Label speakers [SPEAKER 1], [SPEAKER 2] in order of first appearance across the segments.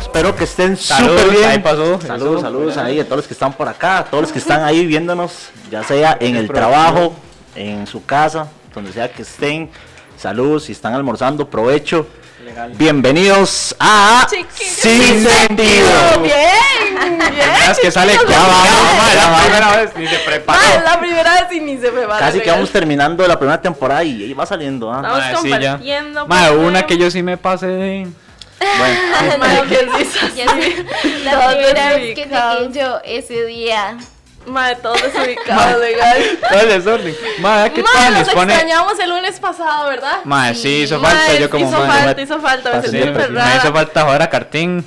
[SPEAKER 1] Espero que estén súper
[SPEAKER 2] Saludos,
[SPEAKER 1] bien.
[SPEAKER 2] ahí pasó.
[SPEAKER 1] Saludos,
[SPEAKER 2] Saludos,
[SPEAKER 1] saludos
[SPEAKER 2] buenas.
[SPEAKER 1] ahí a todos los que están por acá, a todos los que están ahí viéndonos, ya sea en el trabajo, en su casa, donde sea que estén. Saludos, si están almorzando, provecho. Bienvenidos a
[SPEAKER 3] Chiquillos.
[SPEAKER 1] Sin Sentido.
[SPEAKER 3] Bien, bien.
[SPEAKER 2] Es que sale
[SPEAKER 3] chiquillos,
[SPEAKER 2] ya
[SPEAKER 3] bien.
[SPEAKER 2] vamos, madre,
[SPEAKER 1] ya
[SPEAKER 2] la
[SPEAKER 1] vamos.
[SPEAKER 2] primera vez ni se preparó.
[SPEAKER 3] Ma, es Ah, la primera vez y ni se me va.
[SPEAKER 1] Casi
[SPEAKER 3] la
[SPEAKER 1] que vamos
[SPEAKER 3] verdad.
[SPEAKER 1] terminando la primera temporada y ahí va saliendo. ¿ah?
[SPEAKER 3] Estamos
[SPEAKER 2] Madre, sí, ya.
[SPEAKER 3] compartiendo.
[SPEAKER 2] Madre,
[SPEAKER 3] pues,
[SPEAKER 2] una
[SPEAKER 3] bueno.
[SPEAKER 2] que yo sí me pasé de-
[SPEAKER 1] Bueno,
[SPEAKER 3] Madre,
[SPEAKER 4] Madre,
[SPEAKER 3] qué risas.
[SPEAKER 4] Ya sé, La
[SPEAKER 3] Todos
[SPEAKER 4] primera vez que me
[SPEAKER 3] desubicados.
[SPEAKER 4] quedé yo ese día.
[SPEAKER 3] Madre, todos desubicados, legal.
[SPEAKER 2] todo el desorden. Madre, ¿qué
[SPEAKER 3] Madre,
[SPEAKER 2] tal?
[SPEAKER 3] nos
[SPEAKER 2] Les pone.
[SPEAKER 3] extrañamos el lunes pasado, ¿verdad?
[SPEAKER 2] Madre, sí, hizo
[SPEAKER 3] Madre,
[SPEAKER 2] falta. Yo como
[SPEAKER 3] hizo
[SPEAKER 2] madre,
[SPEAKER 3] falta, hizo falta, me
[SPEAKER 1] pasé
[SPEAKER 3] sentí
[SPEAKER 2] sí,
[SPEAKER 3] súper
[SPEAKER 2] me hizo
[SPEAKER 3] rara.
[SPEAKER 2] falta joder a Cartín.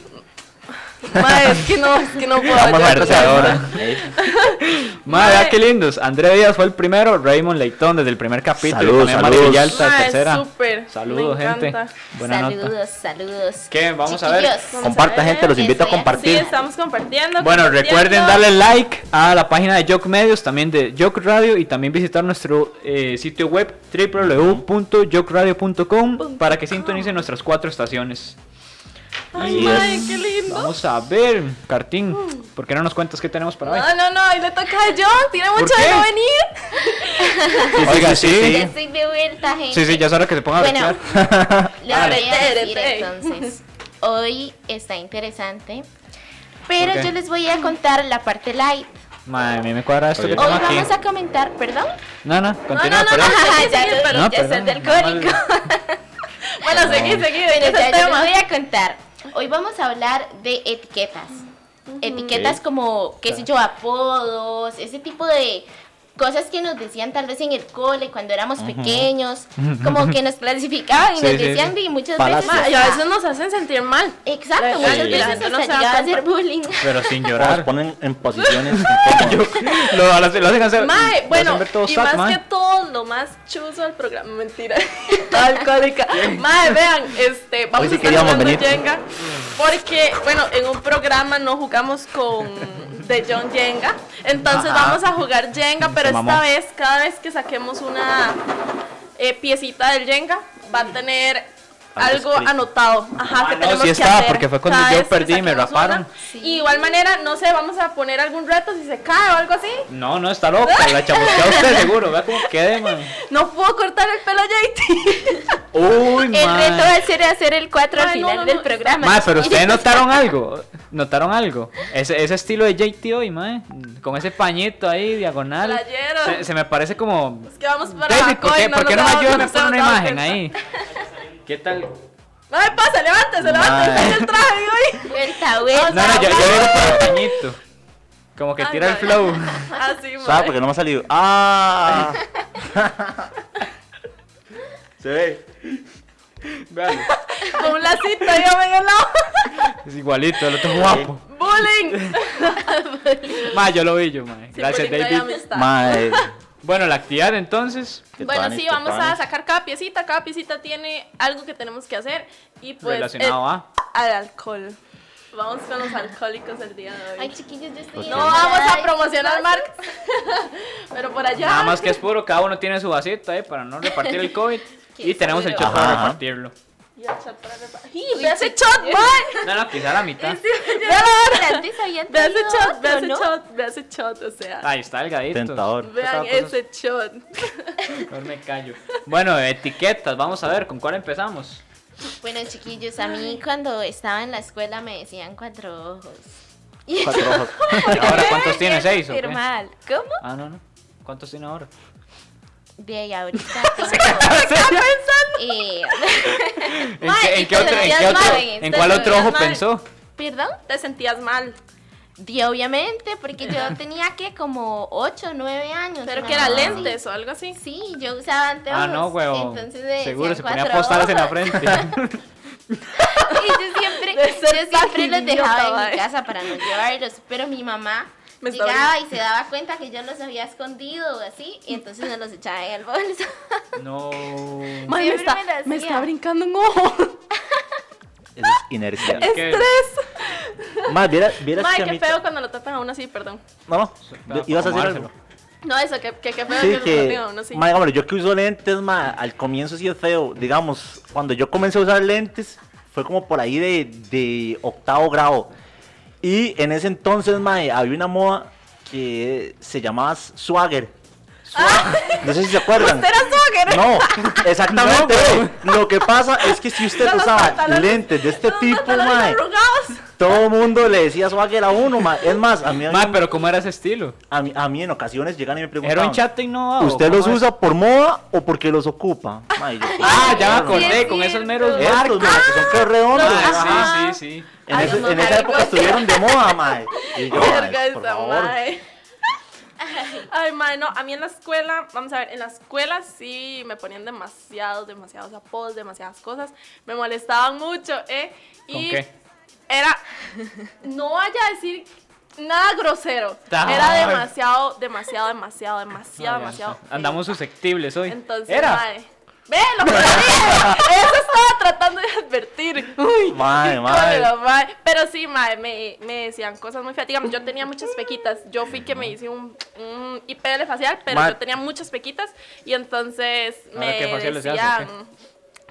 [SPEAKER 3] Madre, es que no, es que no puedo.
[SPEAKER 1] vamos a
[SPEAKER 3] ya.
[SPEAKER 1] ver
[SPEAKER 2] fuerte ahora.
[SPEAKER 1] Eh,
[SPEAKER 2] Madre,
[SPEAKER 3] Madre.
[SPEAKER 2] qué lindos. André Díaz fue el primero, Raymond Leitón desde el primer capítulo.
[SPEAKER 1] Saludos,
[SPEAKER 2] también María
[SPEAKER 1] saludos.
[SPEAKER 2] Villalta de
[SPEAKER 3] Madre,
[SPEAKER 2] tercera.
[SPEAKER 3] súper,
[SPEAKER 2] Saludos,
[SPEAKER 3] me
[SPEAKER 2] gente.
[SPEAKER 3] encanta.
[SPEAKER 2] Buena
[SPEAKER 4] saludos,
[SPEAKER 2] nota.
[SPEAKER 4] saludos.
[SPEAKER 2] ¿Qué? Vamos a ver.
[SPEAKER 4] Chiquillos.
[SPEAKER 1] Comparta
[SPEAKER 3] a ver,
[SPEAKER 1] gente, los invito a
[SPEAKER 4] eso es.
[SPEAKER 3] Sí,
[SPEAKER 1] compartir.
[SPEAKER 3] estamos compartiendo.
[SPEAKER 2] Bueno,
[SPEAKER 3] compartiendo.
[SPEAKER 2] recuerden darle like a la página de Joke Medios, también de Joke Radio y también visitar nuestro eh, sitio web www.jokeradio.com para que sintonicen nuestras cuatro estaciones.
[SPEAKER 3] Ay,
[SPEAKER 1] Yes.
[SPEAKER 3] madre, qué lindo.
[SPEAKER 2] Vamos a ver, Cartín,
[SPEAKER 3] Uh.
[SPEAKER 2] ¿por qué no nos cuentas qué tenemos para hoy?
[SPEAKER 3] No, no, no, y le toca a John, tiene mucho
[SPEAKER 2] qué?
[SPEAKER 3] de no venir.
[SPEAKER 2] Oiga, sí,
[SPEAKER 4] Ya
[SPEAKER 2] sí,
[SPEAKER 4] estoy de vuelta, gente.
[SPEAKER 2] sí, ya es hora que se ponga a
[SPEAKER 4] Bueno.
[SPEAKER 2] recrear.
[SPEAKER 4] Les
[SPEAKER 3] Dale.
[SPEAKER 4] voy a decir
[SPEAKER 3] Vete, vete.
[SPEAKER 4] entonces. Hoy está interesante. Pero
[SPEAKER 2] ¿Por qué?
[SPEAKER 4] yo les voy a contar la parte light.
[SPEAKER 2] Madre mía, me cuadra esto que
[SPEAKER 4] Hoy
[SPEAKER 2] tengo aquí.
[SPEAKER 4] vamos a comentar, perdón.
[SPEAKER 2] No, no,
[SPEAKER 3] No,
[SPEAKER 2] continúa,
[SPEAKER 3] no, no, no,
[SPEAKER 2] perdón.
[SPEAKER 3] seguí,
[SPEAKER 4] Ya
[SPEAKER 3] seguí,
[SPEAKER 4] lo-
[SPEAKER 3] pero
[SPEAKER 2] No,
[SPEAKER 3] ya es el
[SPEAKER 2] perdón,
[SPEAKER 3] del
[SPEAKER 2] no,
[SPEAKER 3] córico. Bueno, seguí, seguí,
[SPEAKER 4] Bueno,
[SPEAKER 3] ese
[SPEAKER 4] ya, yo les
[SPEAKER 3] tema.
[SPEAKER 4] voy a contar. Hoy vamos a hablar de etiquetas. Etiquetas como, qué sé yo, apodos, ese tipo de cosas que nos decían tal vez en el cole cuando éramos pequeños, como que nos clasificaban y
[SPEAKER 2] Sí,
[SPEAKER 4] nos
[SPEAKER 2] sí, sí.
[SPEAKER 4] decían y muchas
[SPEAKER 1] Palacios.
[SPEAKER 3] Ma,
[SPEAKER 4] veces...
[SPEAKER 3] Y a veces nos hacen sentir mal.
[SPEAKER 4] Exacto,
[SPEAKER 3] Sí,
[SPEAKER 4] muchas
[SPEAKER 3] la
[SPEAKER 4] veces
[SPEAKER 3] gente
[SPEAKER 4] hasta
[SPEAKER 3] no se da
[SPEAKER 4] llegaba a hacer
[SPEAKER 3] cuenta.
[SPEAKER 4] bullying.
[SPEAKER 2] Pero sin
[SPEAKER 1] Nos
[SPEAKER 2] llorar.
[SPEAKER 1] ponen en posiciones incómodas.
[SPEAKER 2] Lo, lo hacen lo hacen hacer.
[SPEAKER 3] Mae,
[SPEAKER 2] lo hacen
[SPEAKER 3] bueno,
[SPEAKER 2] ver todo
[SPEAKER 3] y
[SPEAKER 2] sad,
[SPEAKER 3] más
[SPEAKER 2] mae.
[SPEAKER 3] que todo, lo más chuzo del programa, mentira, alcohólica. Mae, vean, este, vamos
[SPEAKER 1] sí
[SPEAKER 3] a estar
[SPEAKER 1] queríamos
[SPEAKER 3] jugando
[SPEAKER 1] venir.
[SPEAKER 3] Jenga, porque, bueno, en un programa no jugamos con de John Jenga, entonces
[SPEAKER 2] Ajá.
[SPEAKER 3] vamos a jugar Jenga, pero
[SPEAKER 2] mamó.
[SPEAKER 3] esta vez, cada vez que saquemos una eh, piecita del Jenga, va a tener
[SPEAKER 1] Algo
[SPEAKER 3] algo
[SPEAKER 1] escrito.
[SPEAKER 3] anotado, ajá,
[SPEAKER 2] Ah,
[SPEAKER 3] que
[SPEAKER 2] no,
[SPEAKER 3] tenemos
[SPEAKER 2] sí
[SPEAKER 3] que
[SPEAKER 2] estaba,
[SPEAKER 3] hacer
[SPEAKER 2] porque fue cuando
[SPEAKER 3] cada
[SPEAKER 2] yo
[SPEAKER 3] vez que
[SPEAKER 2] perdí y me
[SPEAKER 3] saquemos
[SPEAKER 2] raparon.
[SPEAKER 3] una. Y igual manera, no sé, vamos a poner algún reto si se cae o algo así.
[SPEAKER 2] No, no, está loca, la chamusquea usted seguro, vea cómo quede, man.
[SPEAKER 3] No puedo cortar el pelo a JT.
[SPEAKER 2] Uy,
[SPEAKER 4] El reto va a ser hacer el 4 al
[SPEAKER 3] Ay, no,
[SPEAKER 4] final
[SPEAKER 3] no,
[SPEAKER 4] del
[SPEAKER 3] no.
[SPEAKER 4] programa.
[SPEAKER 2] Mae, pero ustedes notaron algo, notaron algo. Ese, ese estilo de JT hoy, mae, con ese pañito ahí diagonal.
[SPEAKER 3] Playero.
[SPEAKER 2] Se, se me parece como
[SPEAKER 3] Es que vamos para
[SPEAKER 2] David, ¿por qué,
[SPEAKER 3] Bacoy,
[SPEAKER 2] por qué no
[SPEAKER 3] nos
[SPEAKER 2] me
[SPEAKER 3] damos-
[SPEAKER 2] ayudan a
[SPEAKER 3] nos
[SPEAKER 2] poner una
[SPEAKER 3] damos
[SPEAKER 2] imagen
[SPEAKER 3] cuenta.
[SPEAKER 2] ahí? ¿Qué tal?
[SPEAKER 3] No me pasa, levántese,
[SPEAKER 1] Madre.
[SPEAKER 3] levántese, saque el traje, güey.
[SPEAKER 4] Vuelta, vuelta.
[SPEAKER 2] No, no, yo, yo digo por el pañito. Como que
[SPEAKER 3] Ay,
[SPEAKER 2] tira el
[SPEAKER 3] no,
[SPEAKER 2] flow.
[SPEAKER 3] Así,
[SPEAKER 1] ¿Sabes?
[SPEAKER 3] madre.
[SPEAKER 1] Porque no me ha salido. ¡Ah! Se ve.
[SPEAKER 2] Vean,
[SPEAKER 3] Con un lacito ahí a medio lado.
[SPEAKER 2] Es igualito, el otro es guapo.
[SPEAKER 3] Bullying.
[SPEAKER 2] Mae, yo lo vi yo, mae.
[SPEAKER 3] Sí,
[SPEAKER 2] Gracias,
[SPEAKER 3] bullying no hay
[SPEAKER 2] David.
[SPEAKER 3] amistad.
[SPEAKER 1] Mae.
[SPEAKER 2] Bueno, la actividad entonces,
[SPEAKER 1] qué
[SPEAKER 3] Bueno,
[SPEAKER 1] panes,
[SPEAKER 3] sí,
[SPEAKER 1] qué
[SPEAKER 3] vamos a
[SPEAKER 1] panes.
[SPEAKER 3] sacar cada piecita. Cada piecita tiene algo que tenemos que hacer. Y pues.
[SPEAKER 2] relacionado
[SPEAKER 3] el-
[SPEAKER 2] a.
[SPEAKER 3] Al alcohol. Vamos con los alcohólicos el día de
[SPEAKER 4] Ay,
[SPEAKER 3] hoy.
[SPEAKER 4] chiquillos, yo estoy
[SPEAKER 1] No
[SPEAKER 4] enamorada
[SPEAKER 3] No vamos a
[SPEAKER 4] de
[SPEAKER 3] promocionar
[SPEAKER 4] estos.
[SPEAKER 3] marcas. Pero por allá.
[SPEAKER 2] Nada más que es puro, cada uno tiene su vasito ahí para no repartir el COVID. Y tenemos el
[SPEAKER 3] seguro.
[SPEAKER 2] shot para
[SPEAKER 1] Ajá.
[SPEAKER 2] repartirlo.
[SPEAKER 3] Y el shot para repa- ¡Sí, ¡Ve ese shot, man!
[SPEAKER 2] No, no, quizá la mitad.
[SPEAKER 4] Antes habían
[SPEAKER 3] Ve ese
[SPEAKER 4] tenido
[SPEAKER 3] shot, ve
[SPEAKER 4] otro,
[SPEAKER 3] ese
[SPEAKER 4] ¿no?
[SPEAKER 3] shot, ve ese shot, o sea.
[SPEAKER 1] Ah,
[SPEAKER 2] Ahí está el gadito.
[SPEAKER 1] Tentador.
[SPEAKER 3] Vean ese shot.
[SPEAKER 2] No me callo. Bueno, etiquetas, vamos a ver, ¿con cuál empezamos?
[SPEAKER 4] Bueno, chiquillos, a mí cuando estaba en la escuela me decían cuatro ojos.
[SPEAKER 1] Cuatro ojos.
[SPEAKER 2] ¿Y ahora cuántos tiene? ¿Seis o qué?
[SPEAKER 4] Normal. ¿Cómo?
[SPEAKER 2] Ah, no, no. ¿Cuántos tiene ahora?
[SPEAKER 4] De ahí ahorita. eh,
[SPEAKER 2] ¿En
[SPEAKER 4] Ay,
[SPEAKER 2] qué, en
[SPEAKER 4] y
[SPEAKER 2] qué
[SPEAKER 4] te
[SPEAKER 2] otro, en
[SPEAKER 4] sentías
[SPEAKER 2] qué otro,
[SPEAKER 4] mal,
[SPEAKER 2] en
[SPEAKER 4] te
[SPEAKER 2] cuál otro
[SPEAKER 3] sentías
[SPEAKER 2] ojo
[SPEAKER 3] mal.
[SPEAKER 2] pensó?
[SPEAKER 4] ¿Perdón?
[SPEAKER 3] Te sentías mal.
[SPEAKER 4] Di obviamente, porque yo tenía que como 8 o 9 años.
[SPEAKER 3] Pero
[SPEAKER 4] una
[SPEAKER 3] que era
[SPEAKER 4] cosa así.
[SPEAKER 3] lentes o algo así.
[SPEAKER 4] Sí, yo usaba anteojos.
[SPEAKER 2] Ah, no, huevo.
[SPEAKER 4] Entonces me
[SPEAKER 2] Seguro
[SPEAKER 4] decían
[SPEAKER 2] se ponía
[SPEAKER 4] cuatro
[SPEAKER 2] postales en la
[SPEAKER 4] ojos.
[SPEAKER 2] frente.
[SPEAKER 4] Y yo siempre,
[SPEAKER 3] Debe ser
[SPEAKER 4] yo siempre
[SPEAKER 3] tan
[SPEAKER 4] los dejaba
[SPEAKER 3] idiota,
[SPEAKER 4] en
[SPEAKER 3] mae.
[SPEAKER 4] mi casa para no llevarlos, pero mi mamá
[SPEAKER 3] Me está
[SPEAKER 4] llegaba y se daba cuenta que yo los había escondido o así, y entonces me los echaba en el bolso.
[SPEAKER 2] No.
[SPEAKER 3] Mae, me,
[SPEAKER 4] Siempre
[SPEAKER 3] está,
[SPEAKER 4] me lo
[SPEAKER 3] me
[SPEAKER 4] hacía.
[SPEAKER 3] está brincando un ojo.
[SPEAKER 1] Eso es inercial.
[SPEAKER 2] Es que-
[SPEAKER 3] Estrés.
[SPEAKER 1] Más, vieras, vieras
[SPEAKER 3] Mae,
[SPEAKER 1] que a
[SPEAKER 3] qué
[SPEAKER 1] mí-
[SPEAKER 3] feo cuando lo tratan a uno así, perdón.
[SPEAKER 1] No, no.
[SPEAKER 2] Para
[SPEAKER 1] Ibas a hacer
[SPEAKER 2] acomodárselo.
[SPEAKER 1] algo.
[SPEAKER 3] No, eso, que, que, que feo
[SPEAKER 1] Sí,
[SPEAKER 3] que, lo traten
[SPEAKER 1] que.
[SPEAKER 3] a uno así.
[SPEAKER 1] Mae, digamos, yo que uso lentes, mae, al comienzo sí es feo. Digamos, cuando yo comencé a usar lentes, fue como por ahí de, de octavo grado. Y en ese entonces, mae, había una moda que se llamaba swagger. No sé si se acuerdan.
[SPEAKER 3] Ah. Usted era swagger.
[SPEAKER 1] No, exactamente. Lo que pasa es que si usted
[SPEAKER 3] Eran los
[SPEAKER 1] usaba
[SPEAKER 3] pantalones-
[SPEAKER 1] lentes de este
[SPEAKER 3] los
[SPEAKER 1] tipo,
[SPEAKER 3] pantalones
[SPEAKER 1] mae,
[SPEAKER 3] arrugados.
[SPEAKER 1] todo el mundo le decía swagger a uno, mae. Es más, a mí,
[SPEAKER 2] Mae, pero ¿cómo era ese estilo?
[SPEAKER 1] a mí, a mí en ocasiones llegan y me
[SPEAKER 2] ¿Era
[SPEAKER 1] preguntan.
[SPEAKER 2] un chat innovado?
[SPEAKER 1] ¿Usted
[SPEAKER 2] ¿Cómo
[SPEAKER 1] los
[SPEAKER 2] es?
[SPEAKER 1] usa por moda o porque los ocupa? Mae, yo-
[SPEAKER 2] Ah, ya me
[SPEAKER 3] Sí, es
[SPEAKER 2] acordé, con esos
[SPEAKER 3] cierto.
[SPEAKER 2] meros
[SPEAKER 1] Estos, mae,
[SPEAKER 2] barcos.
[SPEAKER 1] que
[SPEAKER 3] Ah,
[SPEAKER 1] son todos redondos. ajá.
[SPEAKER 2] Ah, sí, sí, sí.
[SPEAKER 1] En,
[SPEAKER 4] Ay,
[SPEAKER 1] ese-
[SPEAKER 4] los
[SPEAKER 1] en esa época
[SPEAKER 4] macaricos.
[SPEAKER 1] estuvieron de moda, mae. Y yo, mae,
[SPEAKER 3] Verga
[SPEAKER 1] por
[SPEAKER 3] esa
[SPEAKER 1] favor.
[SPEAKER 3] mae. Ay, mae, no, a mí en la escuela, vamos a ver, en la escuela sí me ponían demasiados, demasiados apodos, demasiadas cosas, me molestaban mucho, ¿eh? Y
[SPEAKER 2] ¿Con qué?
[SPEAKER 3] Era, no vaya a decir nada grosero,
[SPEAKER 2] Ta-
[SPEAKER 3] era demasiado, demasiado, demasiado, demasiado,
[SPEAKER 2] Ah, ya,
[SPEAKER 3] demasiado.
[SPEAKER 2] está. Andamos susceptibles hoy.
[SPEAKER 3] Entonces,
[SPEAKER 2] Era.
[SPEAKER 3] mae, ve lo que te dije, eso estaba tratando de advertir. Uy,
[SPEAKER 1] Mae,
[SPEAKER 3] qué
[SPEAKER 1] mae.
[SPEAKER 3] cólera, mae. Pero sí, mae, me, me decían cosas muy feas. Digamos, yo tenía muchas pequitas. Yo fui que me hice un, un IPL facial, pero
[SPEAKER 1] Mae.
[SPEAKER 3] yo tenía muchas pequitas. Y entonces
[SPEAKER 2] Ahora,
[SPEAKER 3] me
[SPEAKER 2] ¿qué facial le se hace,
[SPEAKER 3] decían.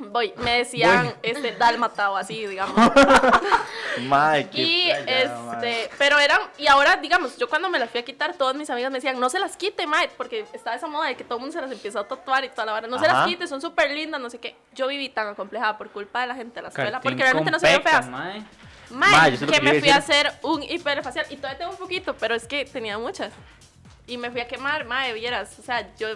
[SPEAKER 3] Voy, me decían
[SPEAKER 2] Voy.
[SPEAKER 3] este dálmata o así, digamos.
[SPEAKER 1] Mae, qué
[SPEAKER 3] Y
[SPEAKER 1] playa, mae.
[SPEAKER 3] este, pero eran, y ahora digamos, yo cuando me las fui a quitar, todas mis amigas me decían, no se las quite, Mae, porque estaba esa moda de que todo el mundo se las empezó a tatuar y toda la hora, no se
[SPEAKER 1] Ajá.
[SPEAKER 3] las quite, son súper lindas, no sé qué. Yo viví tan acomplejada por culpa de la gente de la escuela,
[SPEAKER 2] Cartín
[SPEAKER 3] porque realmente
[SPEAKER 2] con
[SPEAKER 3] no se ven
[SPEAKER 2] pecas,
[SPEAKER 3] feas.
[SPEAKER 2] mae.
[SPEAKER 3] Mae,
[SPEAKER 1] Mae, yo sé
[SPEAKER 3] que,
[SPEAKER 1] lo que yo
[SPEAKER 3] me
[SPEAKER 1] iba
[SPEAKER 3] fui
[SPEAKER 1] a
[SPEAKER 3] a hacer un hiper facial y todavía tengo un poquito, pero es que tenía muchas. Y me fui a quemar, Mae, vieras, o sea, yo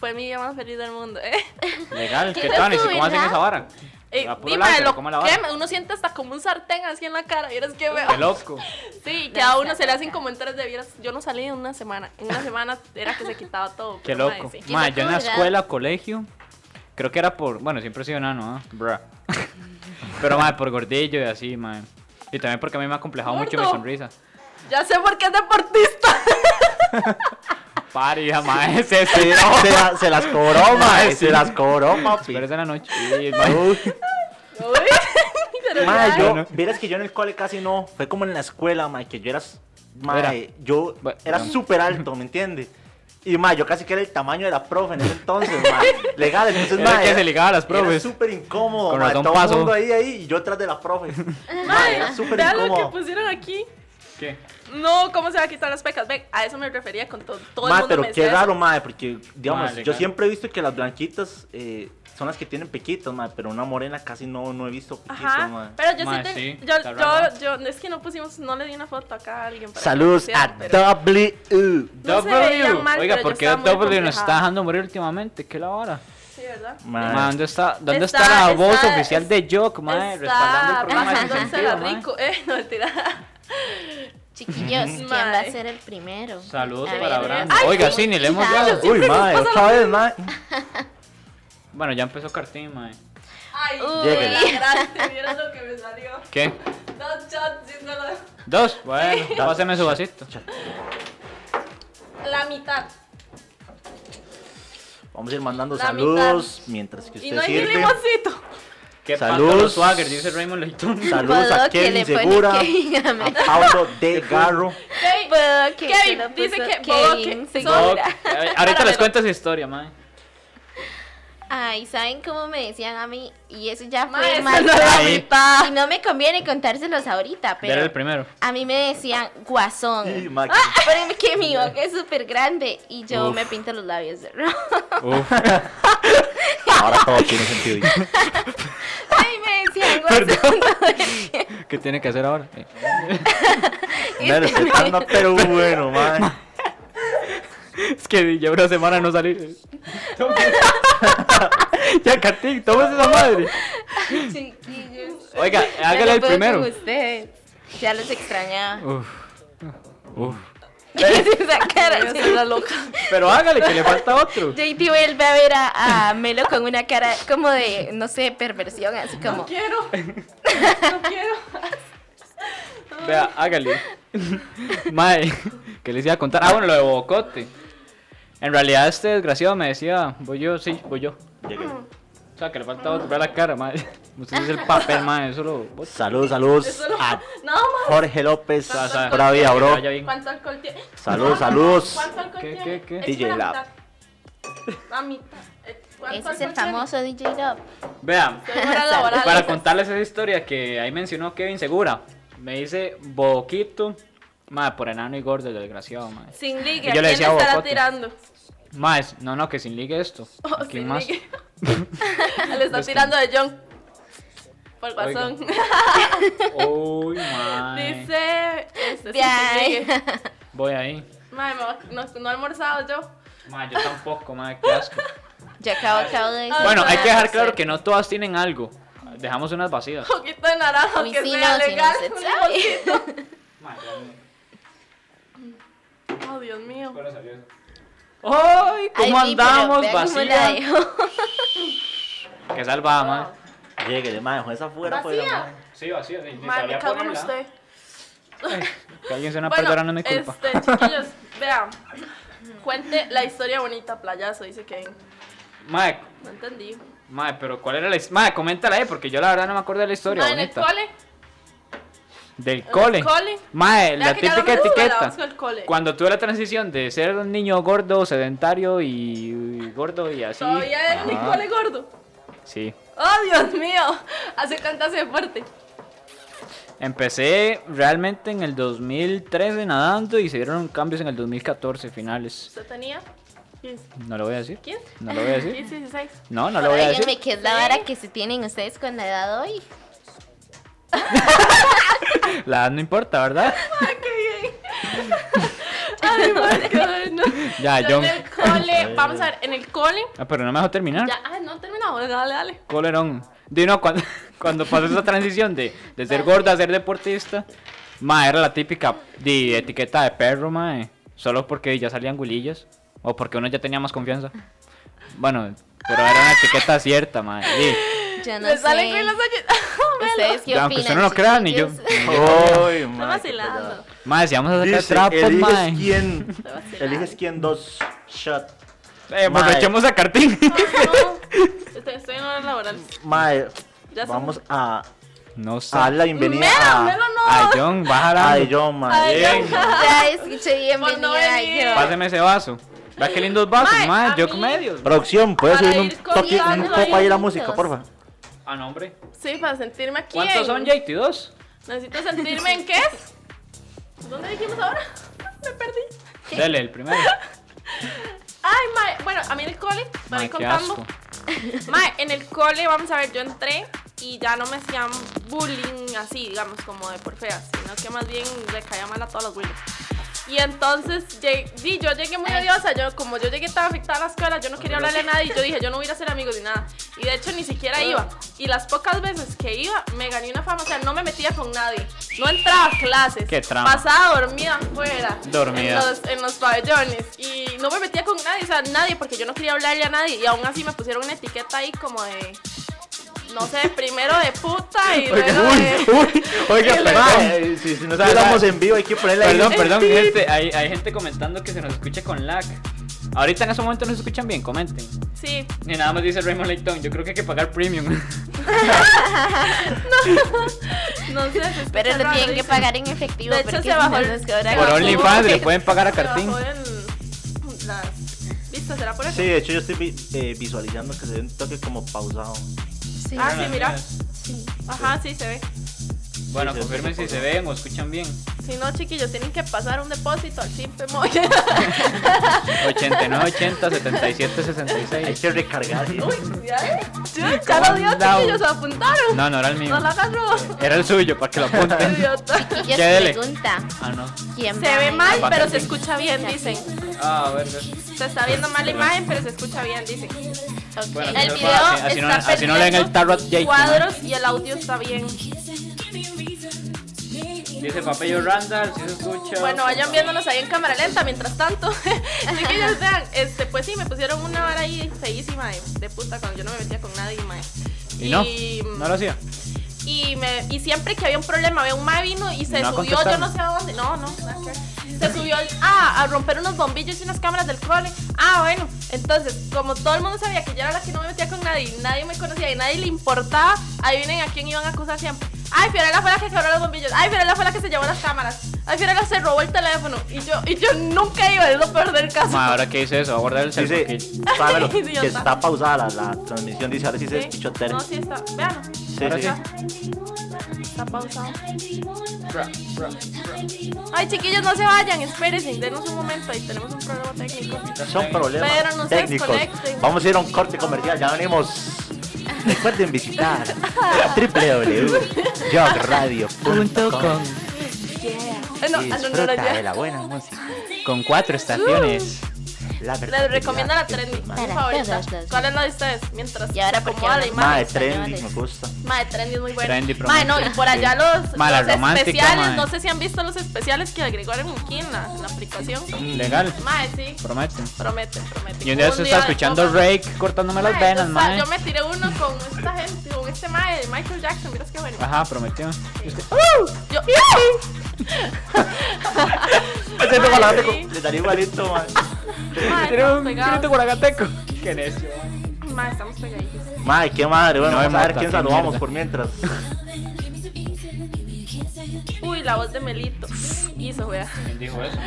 [SPEAKER 3] fue mi día más feliz del mundo, ¿eh?
[SPEAKER 2] Legal,
[SPEAKER 4] ¿Qué
[SPEAKER 2] ¿qué
[SPEAKER 4] tal
[SPEAKER 2] tal? ¿Y
[SPEAKER 4] tú,
[SPEAKER 2] cómo hacen
[SPEAKER 4] verdad?
[SPEAKER 2] esa vara?
[SPEAKER 3] Eh,
[SPEAKER 2] A puro
[SPEAKER 3] dime,
[SPEAKER 2] láser,
[SPEAKER 3] lo
[SPEAKER 2] ¿cómo la vara?
[SPEAKER 3] quema, uno siente hasta como un sartén así en la cara, vieras que veo.
[SPEAKER 2] Qué loco.
[SPEAKER 3] Sí, que a uno se le hacen como en tres de vieras. Yo no salí en una semana. En una semana era que se quitaba todo.
[SPEAKER 2] Qué
[SPEAKER 3] pero,
[SPEAKER 2] loco.
[SPEAKER 3] mae, sí.
[SPEAKER 4] Qué
[SPEAKER 2] Mae, yo en la
[SPEAKER 4] locura.
[SPEAKER 2] escuela, colegio, creo que era por. Bueno, siempre he sido enano, ¿ah? Bruh. Pero, mae, por gordillo y así, mae. Y también porque a mí me ha complejado mucho mi
[SPEAKER 3] Gordo.
[SPEAKER 2] sonrisa.
[SPEAKER 3] Ya sé por qué es deportista.
[SPEAKER 2] Paria, mae, es ese.
[SPEAKER 1] Se, se la- se las cobró, mae.
[SPEAKER 2] Ah, sí.
[SPEAKER 1] Se las cobró, papi.
[SPEAKER 2] Pero es en la noche. Sí, mae.
[SPEAKER 3] Uy, pero
[SPEAKER 1] Mae,
[SPEAKER 3] ya.
[SPEAKER 1] yo,
[SPEAKER 2] Bueno.
[SPEAKER 1] vieras que yo en el cole casi no. Fue como en la escuela, mae, que yo era. s- Mae,
[SPEAKER 2] Era.
[SPEAKER 1] yo
[SPEAKER 2] Bueno,
[SPEAKER 1] era
[SPEAKER 2] ya.
[SPEAKER 1] súper alto, ¿me entiendes? Y mae, yo casi que era el tamaño de la profe en ese entonces, mae. Legal, entonces,
[SPEAKER 2] Era
[SPEAKER 1] mae,
[SPEAKER 2] que se ligaba a las
[SPEAKER 1] Era
[SPEAKER 2] profes.
[SPEAKER 1] súper incómodo,
[SPEAKER 2] Con
[SPEAKER 1] mae,
[SPEAKER 2] razón
[SPEAKER 1] Todo
[SPEAKER 2] pasó.
[SPEAKER 1] el mundo ahí, ahí, y yo atrás de la profe. mae, era súper
[SPEAKER 3] Vean eh, lo que
[SPEAKER 1] incómodo.
[SPEAKER 3] pusieron aquí.
[SPEAKER 2] ¿Qué?
[SPEAKER 3] No, ¿cómo se va a quitar las pecas? Ven, a eso me refería con todo. Todo el
[SPEAKER 1] Mae,
[SPEAKER 3] mundo
[SPEAKER 1] pero
[SPEAKER 3] me
[SPEAKER 1] qué
[SPEAKER 3] decía eso.
[SPEAKER 1] raro, mae, porque, digamos,
[SPEAKER 2] Mae,
[SPEAKER 1] yo
[SPEAKER 2] legal.
[SPEAKER 1] siempre he visto que las blanquitas eh, son las que tienen pequitas, mae, pero una morena casi no, no he visto pequitos, mae.
[SPEAKER 3] Ajá, pero yo
[SPEAKER 2] Mae,
[SPEAKER 3] sí, te-
[SPEAKER 2] sí,
[SPEAKER 3] yo,
[SPEAKER 2] está raro.
[SPEAKER 3] yo, yo, es que no pusimos, no le di una foto acá a alguien. para que
[SPEAKER 1] Saludos
[SPEAKER 3] lo
[SPEAKER 1] a
[SPEAKER 3] pusiera, pero-
[SPEAKER 1] W.
[SPEAKER 3] No se veían mal,
[SPEAKER 2] Oiga,
[SPEAKER 3] pero
[SPEAKER 2] ¿por
[SPEAKER 3] yo
[SPEAKER 2] qué
[SPEAKER 3] estaba muy
[SPEAKER 2] W nos
[SPEAKER 3] complejada.
[SPEAKER 2] está dejando morir últimamente? ¿Qué la vara?
[SPEAKER 3] Sí, ¿verdad?
[SPEAKER 1] Mae.
[SPEAKER 2] Ma, ¿dónde está, dónde está,
[SPEAKER 3] Está-
[SPEAKER 2] la voz
[SPEAKER 3] está-
[SPEAKER 2] oficial de Jock, mae? Respaldando el
[SPEAKER 3] Está
[SPEAKER 2] programa. sin
[SPEAKER 3] pasándose
[SPEAKER 2] sentido,
[SPEAKER 3] la
[SPEAKER 2] mae.
[SPEAKER 3] rico, eh, no mentira.
[SPEAKER 4] Chiquillos, ¿quién va a ser el primero?
[SPEAKER 2] Saludos
[SPEAKER 4] A
[SPEAKER 2] para
[SPEAKER 4] ver,
[SPEAKER 2] Brando.
[SPEAKER 4] ay,
[SPEAKER 2] Oiga,
[SPEAKER 4] qué
[SPEAKER 2] sí, ni le hemos
[SPEAKER 4] bonita.
[SPEAKER 2] dado.
[SPEAKER 1] Uy, mae, otra vez, mae.
[SPEAKER 2] Bueno, ya empezó Cartín, mae.
[SPEAKER 3] Ay,
[SPEAKER 4] Uy.
[SPEAKER 1] Lléguenla.
[SPEAKER 3] la gran, te vieras lo que me salió.
[SPEAKER 2] ¿Qué?
[SPEAKER 3] Dos shots diciéndolo.
[SPEAKER 2] ¿Dos? Bueno, páseme su vasito.
[SPEAKER 3] La mitad.
[SPEAKER 1] Vamos a ir mandando
[SPEAKER 3] La
[SPEAKER 1] saludos mientras que
[SPEAKER 3] Y
[SPEAKER 1] usted
[SPEAKER 3] no hay ni
[SPEAKER 1] sirve.
[SPEAKER 3] limoncito.
[SPEAKER 2] ¿Qué
[SPEAKER 1] Salud.
[SPEAKER 2] Salud. Swagger, dice Raymond Leitón.
[SPEAKER 1] Saludos
[SPEAKER 4] Puedo
[SPEAKER 1] a
[SPEAKER 4] que
[SPEAKER 1] Kelly
[SPEAKER 4] le pone
[SPEAKER 1] Segura,
[SPEAKER 4] Kevin a
[SPEAKER 1] a
[SPEAKER 4] mí.
[SPEAKER 1] Pablo de Garro.
[SPEAKER 3] Kevin,
[SPEAKER 4] Puedo que se lo
[SPEAKER 3] Kevin
[SPEAKER 4] puso
[SPEAKER 3] dice que
[SPEAKER 4] Kevin
[SPEAKER 3] Bobo, que
[SPEAKER 4] Segura.
[SPEAKER 2] Ok,
[SPEAKER 3] son-
[SPEAKER 2] eh, Ahorita les cuento su historia, mae.
[SPEAKER 4] Ay, ¿saben cómo me decían a mí? Y eso ya
[SPEAKER 3] Ma,
[SPEAKER 4] fue
[SPEAKER 3] esa
[SPEAKER 4] mal.
[SPEAKER 3] no
[SPEAKER 1] era
[SPEAKER 4] Y
[SPEAKER 3] mitad.
[SPEAKER 4] no me conviene contárselos ahorita,
[SPEAKER 2] Era el
[SPEAKER 4] pero
[SPEAKER 2] primero.
[SPEAKER 4] a mí me decían
[SPEAKER 1] Y
[SPEAKER 4] guasón.
[SPEAKER 1] mae,
[SPEAKER 4] Pero que mi boca es súper grande y yo
[SPEAKER 2] Uf.
[SPEAKER 4] me pinto los labios de rojo.
[SPEAKER 2] Uf.
[SPEAKER 1] Ahora todo tiene sentido.
[SPEAKER 4] Ay, me decían guasón. todo el tiempo.
[SPEAKER 2] ¿Qué tiene que hacer ahora? Eh,
[SPEAKER 1] Bueno, usted está andando, pero bueno, mae.
[SPEAKER 2] Es que llevo una semana no salir. ya, Cartín, tómese esa madre.
[SPEAKER 4] Chiquillos.
[SPEAKER 2] Oiga,
[SPEAKER 4] Ya
[SPEAKER 2] hágale
[SPEAKER 4] no
[SPEAKER 2] el
[SPEAKER 4] puedo
[SPEAKER 2] primero.
[SPEAKER 4] con ustedes. Ya los extrañaba.
[SPEAKER 2] Uf. Uf.
[SPEAKER 4] Esa cara,
[SPEAKER 3] Voy a ser la loca.
[SPEAKER 2] Pero hágale, que le falta otro.
[SPEAKER 4] JT vuelve a ver a, a Melo con una cara como de, no sé, perversión, así como.
[SPEAKER 3] No quiero. No quiero.
[SPEAKER 2] Vea, hágale. Mae, ¿qué les iba a contar? Ah, bueno, lo de Bocote. En realidad, este desgraciado me decía, voy yo, sí, voy yo.
[SPEAKER 1] Lléguenle.
[SPEAKER 2] O sea, que le falta otro, vea la cara, mae. Usted es el papel, mae, eso lo. O
[SPEAKER 1] Pues, Saludos,
[SPEAKER 2] Pues,
[SPEAKER 1] saludos
[SPEAKER 3] Eso no.
[SPEAKER 2] ah.
[SPEAKER 1] a
[SPEAKER 3] No, ma.
[SPEAKER 1] Jorge López
[SPEAKER 2] sea, o sea,
[SPEAKER 1] Bravia,
[SPEAKER 2] que
[SPEAKER 1] bro.
[SPEAKER 2] vaya bien.
[SPEAKER 3] ¿Cuánto alcohol tiene?
[SPEAKER 1] Saludos,
[SPEAKER 3] No, no,
[SPEAKER 1] saludos.
[SPEAKER 3] ¿Cuánto alcohol
[SPEAKER 2] ¿Qué,
[SPEAKER 3] tiene?
[SPEAKER 2] qué, qué?
[SPEAKER 3] Es
[SPEAKER 1] DJ
[SPEAKER 3] una
[SPEAKER 1] Lab.
[SPEAKER 3] mitad. La mitad. Eh, ¿Cuál, cuál,
[SPEAKER 4] Ese es el
[SPEAKER 3] cuál tiene?
[SPEAKER 4] famoso DJ Love.
[SPEAKER 2] Vean,
[SPEAKER 3] Soy hora laboral,
[SPEAKER 2] para
[SPEAKER 3] esas.
[SPEAKER 2] contarles esa historia que ahí mencionó Kevin Segura, me dice Boquito, madre, por enano y gordo, el desgraciado, madre.
[SPEAKER 3] Sin ligue,
[SPEAKER 2] Y yo
[SPEAKER 3] ¿a quién
[SPEAKER 2] le
[SPEAKER 3] le
[SPEAKER 2] decía
[SPEAKER 3] estará
[SPEAKER 2] Bocote.
[SPEAKER 3] tirando?
[SPEAKER 2] Más, no, no, que sin ligue esto.
[SPEAKER 3] Oh,
[SPEAKER 2] ¿A quién
[SPEAKER 3] sin
[SPEAKER 2] más?
[SPEAKER 3] ligue. le está tirando de John. Por
[SPEAKER 2] Oiga.
[SPEAKER 3] guasón.
[SPEAKER 2] Uy, mae.
[SPEAKER 3] Dice. Este, sí,
[SPEAKER 4] Ay.
[SPEAKER 3] sin ligue.
[SPEAKER 2] Voy ahí.
[SPEAKER 3] Mae, me- no, no he almorzado yo.
[SPEAKER 2] Mae, yo tampoco, madre, qué asco.
[SPEAKER 4] Ya acabo, acabo de
[SPEAKER 3] Ah,
[SPEAKER 4] decir.
[SPEAKER 2] Bueno, hay que dejar claro
[SPEAKER 4] Sí.
[SPEAKER 2] que no todas tienen algo. Dejamos unas vacías.
[SPEAKER 3] Un poquito de naranja,
[SPEAKER 4] Uy,
[SPEAKER 3] aunque
[SPEAKER 4] sí,
[SPEAKER 3] sea
[SPEAKER 4] no, sí,
[SPEAKER 3] legal.
[SPEAKER 4] no,
[SPEAKER 3] un
[SPEAKER 4] usted sabe.
[SPEAKER 3] limosito.
[SPEAKER 2] Mae,
[SPEAKER 3] Oh, Dios mío.
[SPEAKER 2] ¡Ay! ¿Cómo
[SPEAKER 4] Ay, sí, pero
[SPEAKER 2] andamos?
[SPEAKER 4] vea cómo la
[SPEAKER 2] Vacía.
[SPEAKER 4] dejó.
[SPEAKER 2] Que salvada, madre.
[SPEAKER 1] Llegue, mae, dejó esa afuera, pues.
[SPEAKER 3] Vacía.
[SPEAKER 1] mae.
[SPEAKER 2] Sí, vacía, sí.
[SPEAKER 3] Oh. Mae, me cago en usted.
[SPEAKER 2] Que alguien se una
[SPEAKER 3] Bueno,
[SPEAKER 2] perdona, no es mi culpa.
[SPEAKER 3] Este, chiquillos, vean. Cuente la historia bonita, playazo, dice que
[SPEAKER 2] Mae,
[SPEAKER 3] No entendí.
[SPEAKER 2] mae, pero ¿cuál era la historia? Mae, coméntala ahí, porque yo la verdad no me acuerdo de la historia.
[SPEAKER 3] Mae, en el
[SPEAKER 2] bonita.
[SPEAKER 3] cole.
[SPEAKER 2] Del
[SPEAKER 3] el
[SPEAKER 2] cole.
[SPEAKER 3] cole.
[SPEAKER 2] Mae,
[SPEAKER 3] Vea
[SPEAKER 2] la
[SPEAKER 3] que ya
[SPEAKER 2] típica
[SPEAKER 3] no me gusta, la
[SPEAKER 2] etiqueta.
[SPEAKER 3] busco el cole.
[SPEAKER 2] Cuando tuve la transición de ser un niño gordo, sedentario y, y gordo y así.
[SPEAKER 3] Todavía es mi
[SPEAKER 2] Ah.
[SPEAKER 1] Ajá.
[SPEAKER 3] cole gordo.
[SPEAKER 2] Sí.
[SPEAKER 3] Oh, Dios mío. Hace cuánto hace deporte.
[SPEAKER 2] Empecé realmente en el 2013 nadando y se dieron cambios en el 2014 finales.
[SPEAKER 3] Usted tenía 15,
[SPEAKER 2] No lo voy a decir.
[SPEAKER 3] 15,
[SPEAKER 2] No lo voy a decir.
[SPEAKER 3] 15, 16.
[SPEAKER 2] No, no lo voy a
[SPEAKER 4] Díganme
[SPEAKER 2] decir.
[SPEAKER 4] qué es la vara que se tienen ustedes con la edad hoy.
[SPEAKER 2] La edad no importa, ¿verdad?
[SPEAKER 3] Ay, qué bien. Ay, madre, qué bueno.
[SPEAKER 2] Ya,
[SPEAKER 3] Yo
[SPEAKER 2] John.
[SPEAKER 3] En el cole, vamos a ver, en el cole.
[SPEAKER 2] Ah, pero no me dejó terminar.
[SPEAKER 3] Ya, ah, no terminamos, dale, dale.
[SPEAKER 2] Colerón. Dino, cuando, cuando pasó esa transición de, de ser gorda a ser deportista, ma, era la típica de etiqueta de perro, ma, eh, solo porque ya salían gulillas o porque uno ya tenía más confianza. Bueno, pero era una etiqueta cierta, ma. sí.
[SPEAKER 4] Yo no
[SPEAKER 3] Le
[SPEAKER 4] sé.
[SPEAKER 3] salen con los ojitos.
[SPEAKER 4] ¿Ustedes qué
[SPEAKER 2] Ya,
[SPEAKER 4] opinan?
[SPEAKER 2] aunque usted no lo crea, ni yo.
[SPEAKER 4] chiquillos?
[SPEAKER 1] Ay,
[SPEAKER 3] Estoy
[SPEAKER 1] mae, qué
[SPEAKER 3] vacilando.
[SPEAKER 2] Ma, si vamos a
[SPEAKER 1] pelada.
[SPEAKER 2] sacar
[SPEAKER 1] Dice,
[SPEAKER 2] trapos, ma.
[SPEAKER 1] eliges quién.
[SPEAKER 3] Estoy vacilando.
[SPEAKER 1] Eliges quién dos shot.
[SPEAKER 2] Eh, aprovechemos a Cartín.
[SPEAKER 3] Ah, No, no. Estoy, estoy en horas laborales.
[SPEAKER 1] Mae,
[SPEAKER 3] Ya
[SPEAKER 1] vamos
[SPEAKER 3] somos-
[SPEAKER 1] a
[SPEAKER 2] No sé.
[SPEAKER 1] a darle la bienvenida
[SPEAKER 3] Melo,
[SPEAKER 1] a,
[SPEAKER 3] Melo no.
[SPEAKER 2] Ay, John, bájala.
[SPEAKER 1] a John, mae.
[SPEAKER 3] Ay,
[SPEAKER 2] Bien.
[SPEAKER 4] Ya escuché bienvenida.
[SPEAKER 3] venir.
[SPEAKER 4] yo.
[SPEAKER 2] Páseme ese vaso. Vea qué lindos vasos,
[SPEAKER 3] Mae,
[SPEAKER 2] ma.
[SPEAKER 3] a
[SPEAKER 2] Yo
[SPEAKER 3] mí-
[SPEAKER 2] medios.
[SPEAKER 1] Producción, ¿puedes
[SPEAKER 3] Para
[SPEAKER 1] subir un
[SPEAKER 3] ir
[SPEAKER 1] toque, un
[SPEAKER 3] contando
[SPEAKER 1] poco ahí la
[SPEAKER 4] ahí
[SPEAKER 1] música,
[SPEAKER 4] juntos.
[SPEAKER 1] porfa?
[SPEAKER 2] A nombre.
[SPEAKER 3] Sí, para sentirme aquí.
[SPEAKER 2] Ah, ¿Cuántos
[SPEAKER 3] en-
[SPEAKER 2] son, Jake? ¿Dos?
[SPEAKER 3] Necesito sentirme en qué es. ¿Dónde dijimos ahora? Me perdí.
[SPEAKER 2] Dele, el primero.
[SPEAKER 3] Ay, mae. Bueno, a mí en el cole, me voy
[SPEAKER 2] Ma, qué
[SPEAKER 3] contando.
[SPEAKER 2] asco.
[SPEAKER 3] Mae, en el cole, vamos a ver, yo entré y ya no me hacían bullying así, digamos, como de por feas, sino que más bien le caía mal a todos los bullies. Y entonces, lleg- sí, yo llegué muy odiosa, yo, como yo llegué tan afectada a la escuela, yo no quería hablarle a nadie, yo dije, yo no voy a ir a ser amigos ni nada. Y de hecho, ni siquiera iba. Y las pocas veces que iba, me gané una fama, o sea, no me metía con nadie. No entraba a clases.
[SPEAKER 2] Qué trama.
[SPEAKER 3] Pasaba dormida afuera.
[SPEAKER 2] Dormida.
[SPEAKER 3] En los, en los pabellones. Y no me metía con nadie, o sea, nadie, porque yo no quería hablarle a nadie. Y aún así me pusieron una etiqueta ahí como de, no sé, primero de puta y luego de...
[SPEAKER 2] uy, oiga, perdón.
[SPEAKER 1] Mae, si, si no
[SPEAKER 2] Sabe,
[SPEAKER 1] estamos
[SPEAKER 2] sabe.
[SPEAKER 1] en vivo, hay que ponerle ahí.
[SPEAKER 2] Perdón, perdón,
[SPEAKER 3] Sí.
[SPEAKER 2] gente. Hay, hay gente comentando que se nos escucha con lag. Ahorita en ese momento no se escuchan bien, comenten.
[SPEAKER 3] Sí,
[SPEAKER 2] Y nada más dice Raymond Layton, yo creo que hay que pagar premium.
[SPEAKER 3] no sé. se
[SPEAKER 4] Pero
[SPEAKER 3] escucha
[SPEAKER 4] lo
[SPEAKER 3] raro,
[SPEAKER 4] tienen que
[SPEAKER 3] dice.
[SPEAKER 4] pagar en efectivo.
[SPEAKER 3] De hecho,
[SPEAKER 4] porque
[SPEAKER 3] se
[SPEAKER 4] si
[SPEAKER 3] bajó
[SPEAKER 4] no
[SPEAKER 3] el-
[SPEAKER 4] nos cobran
[SPEAKER 2] Por
[SPEAKER 4] como-
[SPEAKER 2] OnlyFans le pueden pagar a
[SPEAKER 3] Se
[SPEAKER 2] Cartín.
[SPEAKER 3] bajó el- las- ¿Listo? ¿Será por eso?
[SPEAKER 1] Sí, de hecho yo estoy vi- eh, visualizando que se ve un toque como pausado.
[SPEAKER 4] Sí.
[SPEAKER 3] Ah, sí, mira. Ajá, sí, se ve.
[SPEAKER 2] Bueno,
[SPEAKER 1] Sí, sí,
[SPEAKER 2] confirmen
[SPEAKER 1] sí,
[SPEAKER 2] si
[SPEAKER 1] sí.
[SPEAKER 2] se ven o escuchan bien.
[SPEAKER 3] Si no, chiquillos, tienen que pasar un depósito al simple móvil.
[SPEAKER 2] 89, 80, 77,
[SPEAKER 1] Hay
[SPEAKER 2] 66.
[SPEAKER 1] que recargar. eh.
[SPEAKER 3] ya, ya lo dio, chiquillos, se apuntaron.
[SPEAKER 2] No, no era el mío.
[SPEAKER 3] No lo hagas robo.
[SPEAKER 2] Era el suyo, para que lo apunten.
[SPEAKER 3] Idiota.
[SPEAKER 4] Chiquillos,
[SPEAKER 2] Ya, dele.
[SPEAKER 4] pregunta.
[SPEAKER 2] Ah, no.
[SPEAKER 4] ¿Quién
[SPEAKER 3] Se ve mal,
[SPEAKER 2] Aparte
[SPEAKER 3] pero
[SPEAKER 2] el
[SPEAKER 3] se
[SPEAKER 2] link.
[SPEAKER 3] escucha bien, dicen.
[SPEAKER 2] Ah, a ver. ver.
[SPEAKER 3] Se está viendo mal la imagen, pero se escucha bien, dicen.
[SPEAKER 2] Bueno,
[SPEAKER 3] El
[SPEAKER 2] pero
[SPEAKER 3] video
[SPEAKER 2] así- así no-
[SPEAKER 3] está
[SPEAKER 2] así no le den el
[SPEAKER 3] perdiendo
[SPEAKER 2] tarro a Jake, ¿no?
[SPEAKER 3] cuadros y el audio está bien.
[SPEAKER 2] Dice Papello Randall, si se escucha.
[SPEAKER 3] Bueno, vayan viéndonos ahí en cámara lenta mientras tanto. Así que ellos vean, este, pues sí, me pusieron una vara ahí feísima de, de puta cuando yo no me metía con nadie, mae. mm,
[SPEAKER 2] Y no, no lo hacía.
[SPEAKER 3] y, me- y siempre que había un problema, había un mae vino y se
[SPEAKER 2] No
[SPEAKER 3] subió, yo no
[SPEAKER 2] contestaron.
[SPEAKER 3] sé a dónde, no, no, nada que ver. se subió ah, a romper unos bombillos y unas cámaras del cole. Ah, bueno, entonces, como todo el mundo sabía que yo era la que no me metía con nadie, y nadie me conocía y nadie le importaba, adivinen a quién iban a acusar siempre. Ay, Fiorella fue la que quebró los bombillos. Ay, Fiorella fue la que se llevó las cámaras. al final se robó el teléfono y yo, y yo nunca iba, es lo peor del caso.
[SPEAKER 2] Ma, ahora que dice eso, voy a guardar el
[SPEAKER 1] Sí,
[SPEAKER 2] celular.
[SPEAKER 1] sí, págalo,
[SPEAKER 3] Idiota.
[SPEAKER 1] que está pausada la, la transmisión, dice, ahora sí se
[SPEAKER 3] Sí.
[SPEAKER 1] escuchó Tere.
[SPEAKER 3] No, sí está. Vean.
[SPEAKER 1] Sí,
[SPEAKER 2] ahora
[SPEAKER 1] sí.
[SPEAKER 3] Está pausado. Ay, chiquillos, no se vayan, espérense, denos un momento, ahí tenemos un problema técnico.
[SPEAKER 1] Son problemas
[SPEAKER 3] Pero no se
[SPEAKER 1] técnicos.
[SPEAKER 3] desconecten.
[SPEAKER 1] Vamos a ir a un corte comercial, ya venimos. Recuerden visitar www.jogradio.com
[SPEAKER 3] Eh, no,
[SPEAKER 1] y
[SPEAKER 3] ah, no, no, no,
[SPEAKER 1] disfruta
[SPEAKER 3] ya.
[SPEAKER 1] de la buena música.
[SPEAKER 2] Con cuatro estaciones.
[SPEAKER 1] La verdad
[SPEAKER 3] Les recomiendo la trending, mi
[SPEAKER 4] Para
[SPEAKER 3] favorita.
[SPEAKER 4] todas las-
[SPEAKER 3] ¿Cuál es la de ustedes? Mientras
[SPEAKER 4] Y ahora,
[SPEAKER 3] se
[SPEAKER 4] ¿por qué
[SPEAKER 3] acomoda la
[SPEAKER 4] no?
[SPEAKER 3] imagen.
[SPEAKER 1] Madre,
[SPEAKER 4] está
[SPEAKER 1] trendy, me
[SPEAKER 4] llevando.
[SPEAKER 1] gusta.
[SPEAKER 3] Madre, Trendy es muy buena.
[SPEAKER 2] Trendy,
[SPEAKER 3] Madre, no, y por allá los,
[SPEAKER 2] Ma, la
[SPEAKER 3] los
[SPEAKER 2] romántica,
[SPEAKER 3] especiales,
[SPEAKER 2] ma.
[SPEAKER 3] no sé si han visto los especiales que agregaron aquí en la, en la aplicación.
[SPEAKER 2] Legal,
[SPEAKER 3] Madre, sí,
[SPEAKER 2] promete.
[SPEAKER 3] promete, promete.
[SPEAKER 2] Y un día se está escuchando
[SPEAKER 3] Rey
[SPEAKER 2] Rake cortándome las venas, mae.
[SPEAKER 3] Yo me tiré uno con esta gente, con este mae de Michael Jackson, miras qué bueno.
[SPEAKER 2] Ajá, prometió.
[SPEAKER 3] Yo,
[SPEAKER 1] Ese es
[SPEAKER 3] Madre,
[SPEAKER 1] igualito, Le daría igualito, man.
[SPEAKER 3] Mae,
[SPEAKER 2] Tiene
[SPEAKER 3] estamos
[SPEAKER 2] un grito
[SPEAKER 3] pegados.
[SPEAKER 2] guaragateco. Qué necio.
[SPEAKER 3] Mae, estamos pegaditos.
[SPEAKER 1] Madre, qué madre. Bueno,
[SPEAKER 2] No me
[SPEAKER 1] vamos a ver
[SPEAKER 2] mata,
[SPEAKER 1] quién
[SPEAKER 2] qué
[SPEAKER 1] saludamos
[SPEAKER 2] mierda.
[SPEAKER 1] por mientras.
[SPEAKER 3] Uy, la voz de Melito. Hizo, wea.
[SPEAKER 2] ¿Quién dijo eso?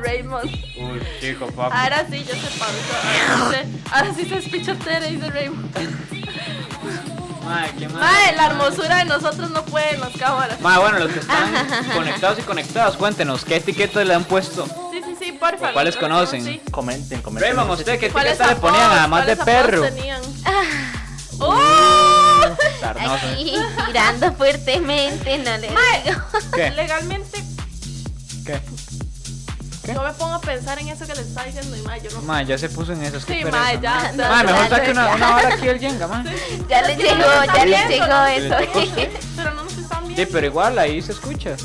[SPEAKER 3] Raymond.
[SPEAKER 2] Uy, chico, papi.
[SPEAKER 3] Ahora sí, yo sé Pablo. Ahora sí se- Ahora sí se escucha Tere, dice Raymond.
[SPEAKER 2] Mae, qué
[SPEAKER 3] Mae, la hermosura de nosotros no puede en las cámaras.
[SPEAKER 2] Mae, bueno, los que están conectados y conectadas, cuéntenos, ¿qué etiquetas le han puesto?
[SPEAKER 3] Sí, sí, sí, por favor.
[SPEAKER 2] ¿Cuáles conocen?
[SPEAKER 3] Sí.
[SPEAKER 1] Comenten, comenten.
[SPEAKER 2] Raymond, ¿usted qué
[SPEAKER 3] ¿Cuáles
[SPEAKER 2] etiqueta le ponían
[SPEAKER 3] apodos?
[SPEAKER 2] además de
[SPEAKER 3] ¿Cuáles apodos
[SPEAKER 2] perro?
[SPEAKER 3] tenían? ¡Oh!
[SPEAKER 2] Sarnoso, ¿eh?
[SPEAKER 4] Aquí tirando fuertemente, no le
[SPEAKER 3] Mae,
[SPEAKER 4] digo.
[SPEAKER 2] ¿Qué?
[SPEAKER 3] Legalmente,
[SPEAKER 2] ¿Qué? ¿Qué?
[SPEAKER 3] yo me pongo a pensar en eso que le está diciendo y mae, yo no.
[SPEAKER 2] Mae, ya se puso en esos. qué
[SPEAKER 3] Sí,
[SPEAKER 2] pereza,
[SPEAKER 3] mae, ya,
[SPEAKER 2] mae.
[SPEAKER 3] ya,
[SPEAKER 2] Mae,
[SPEAKER 3] ya,
[SPEAKER 2] mejor
[SPEAKER 4] ya,
[SPEAKER 2] saque una,
[SPEAKER 4] ya.
[SPEAKER 2] una hora aquí el Jenga, mae.
[SPEAKER 4] Ya les
[SPEAKER 3] Es que no
[SPEAKER 4] llegó,
[SPEAKER 3] nos están
[SPEAKER 4] ya les
[SPEAKER 3] viendo,
[SPEAKER 4] llegó
[SPEAKER 3] ¿no?
[SPEAKER 4] eso.
[SPEAKER 3] Pero no nos están viendo.
[SPEAKER 2] Sí, pero igual ahí se escucha.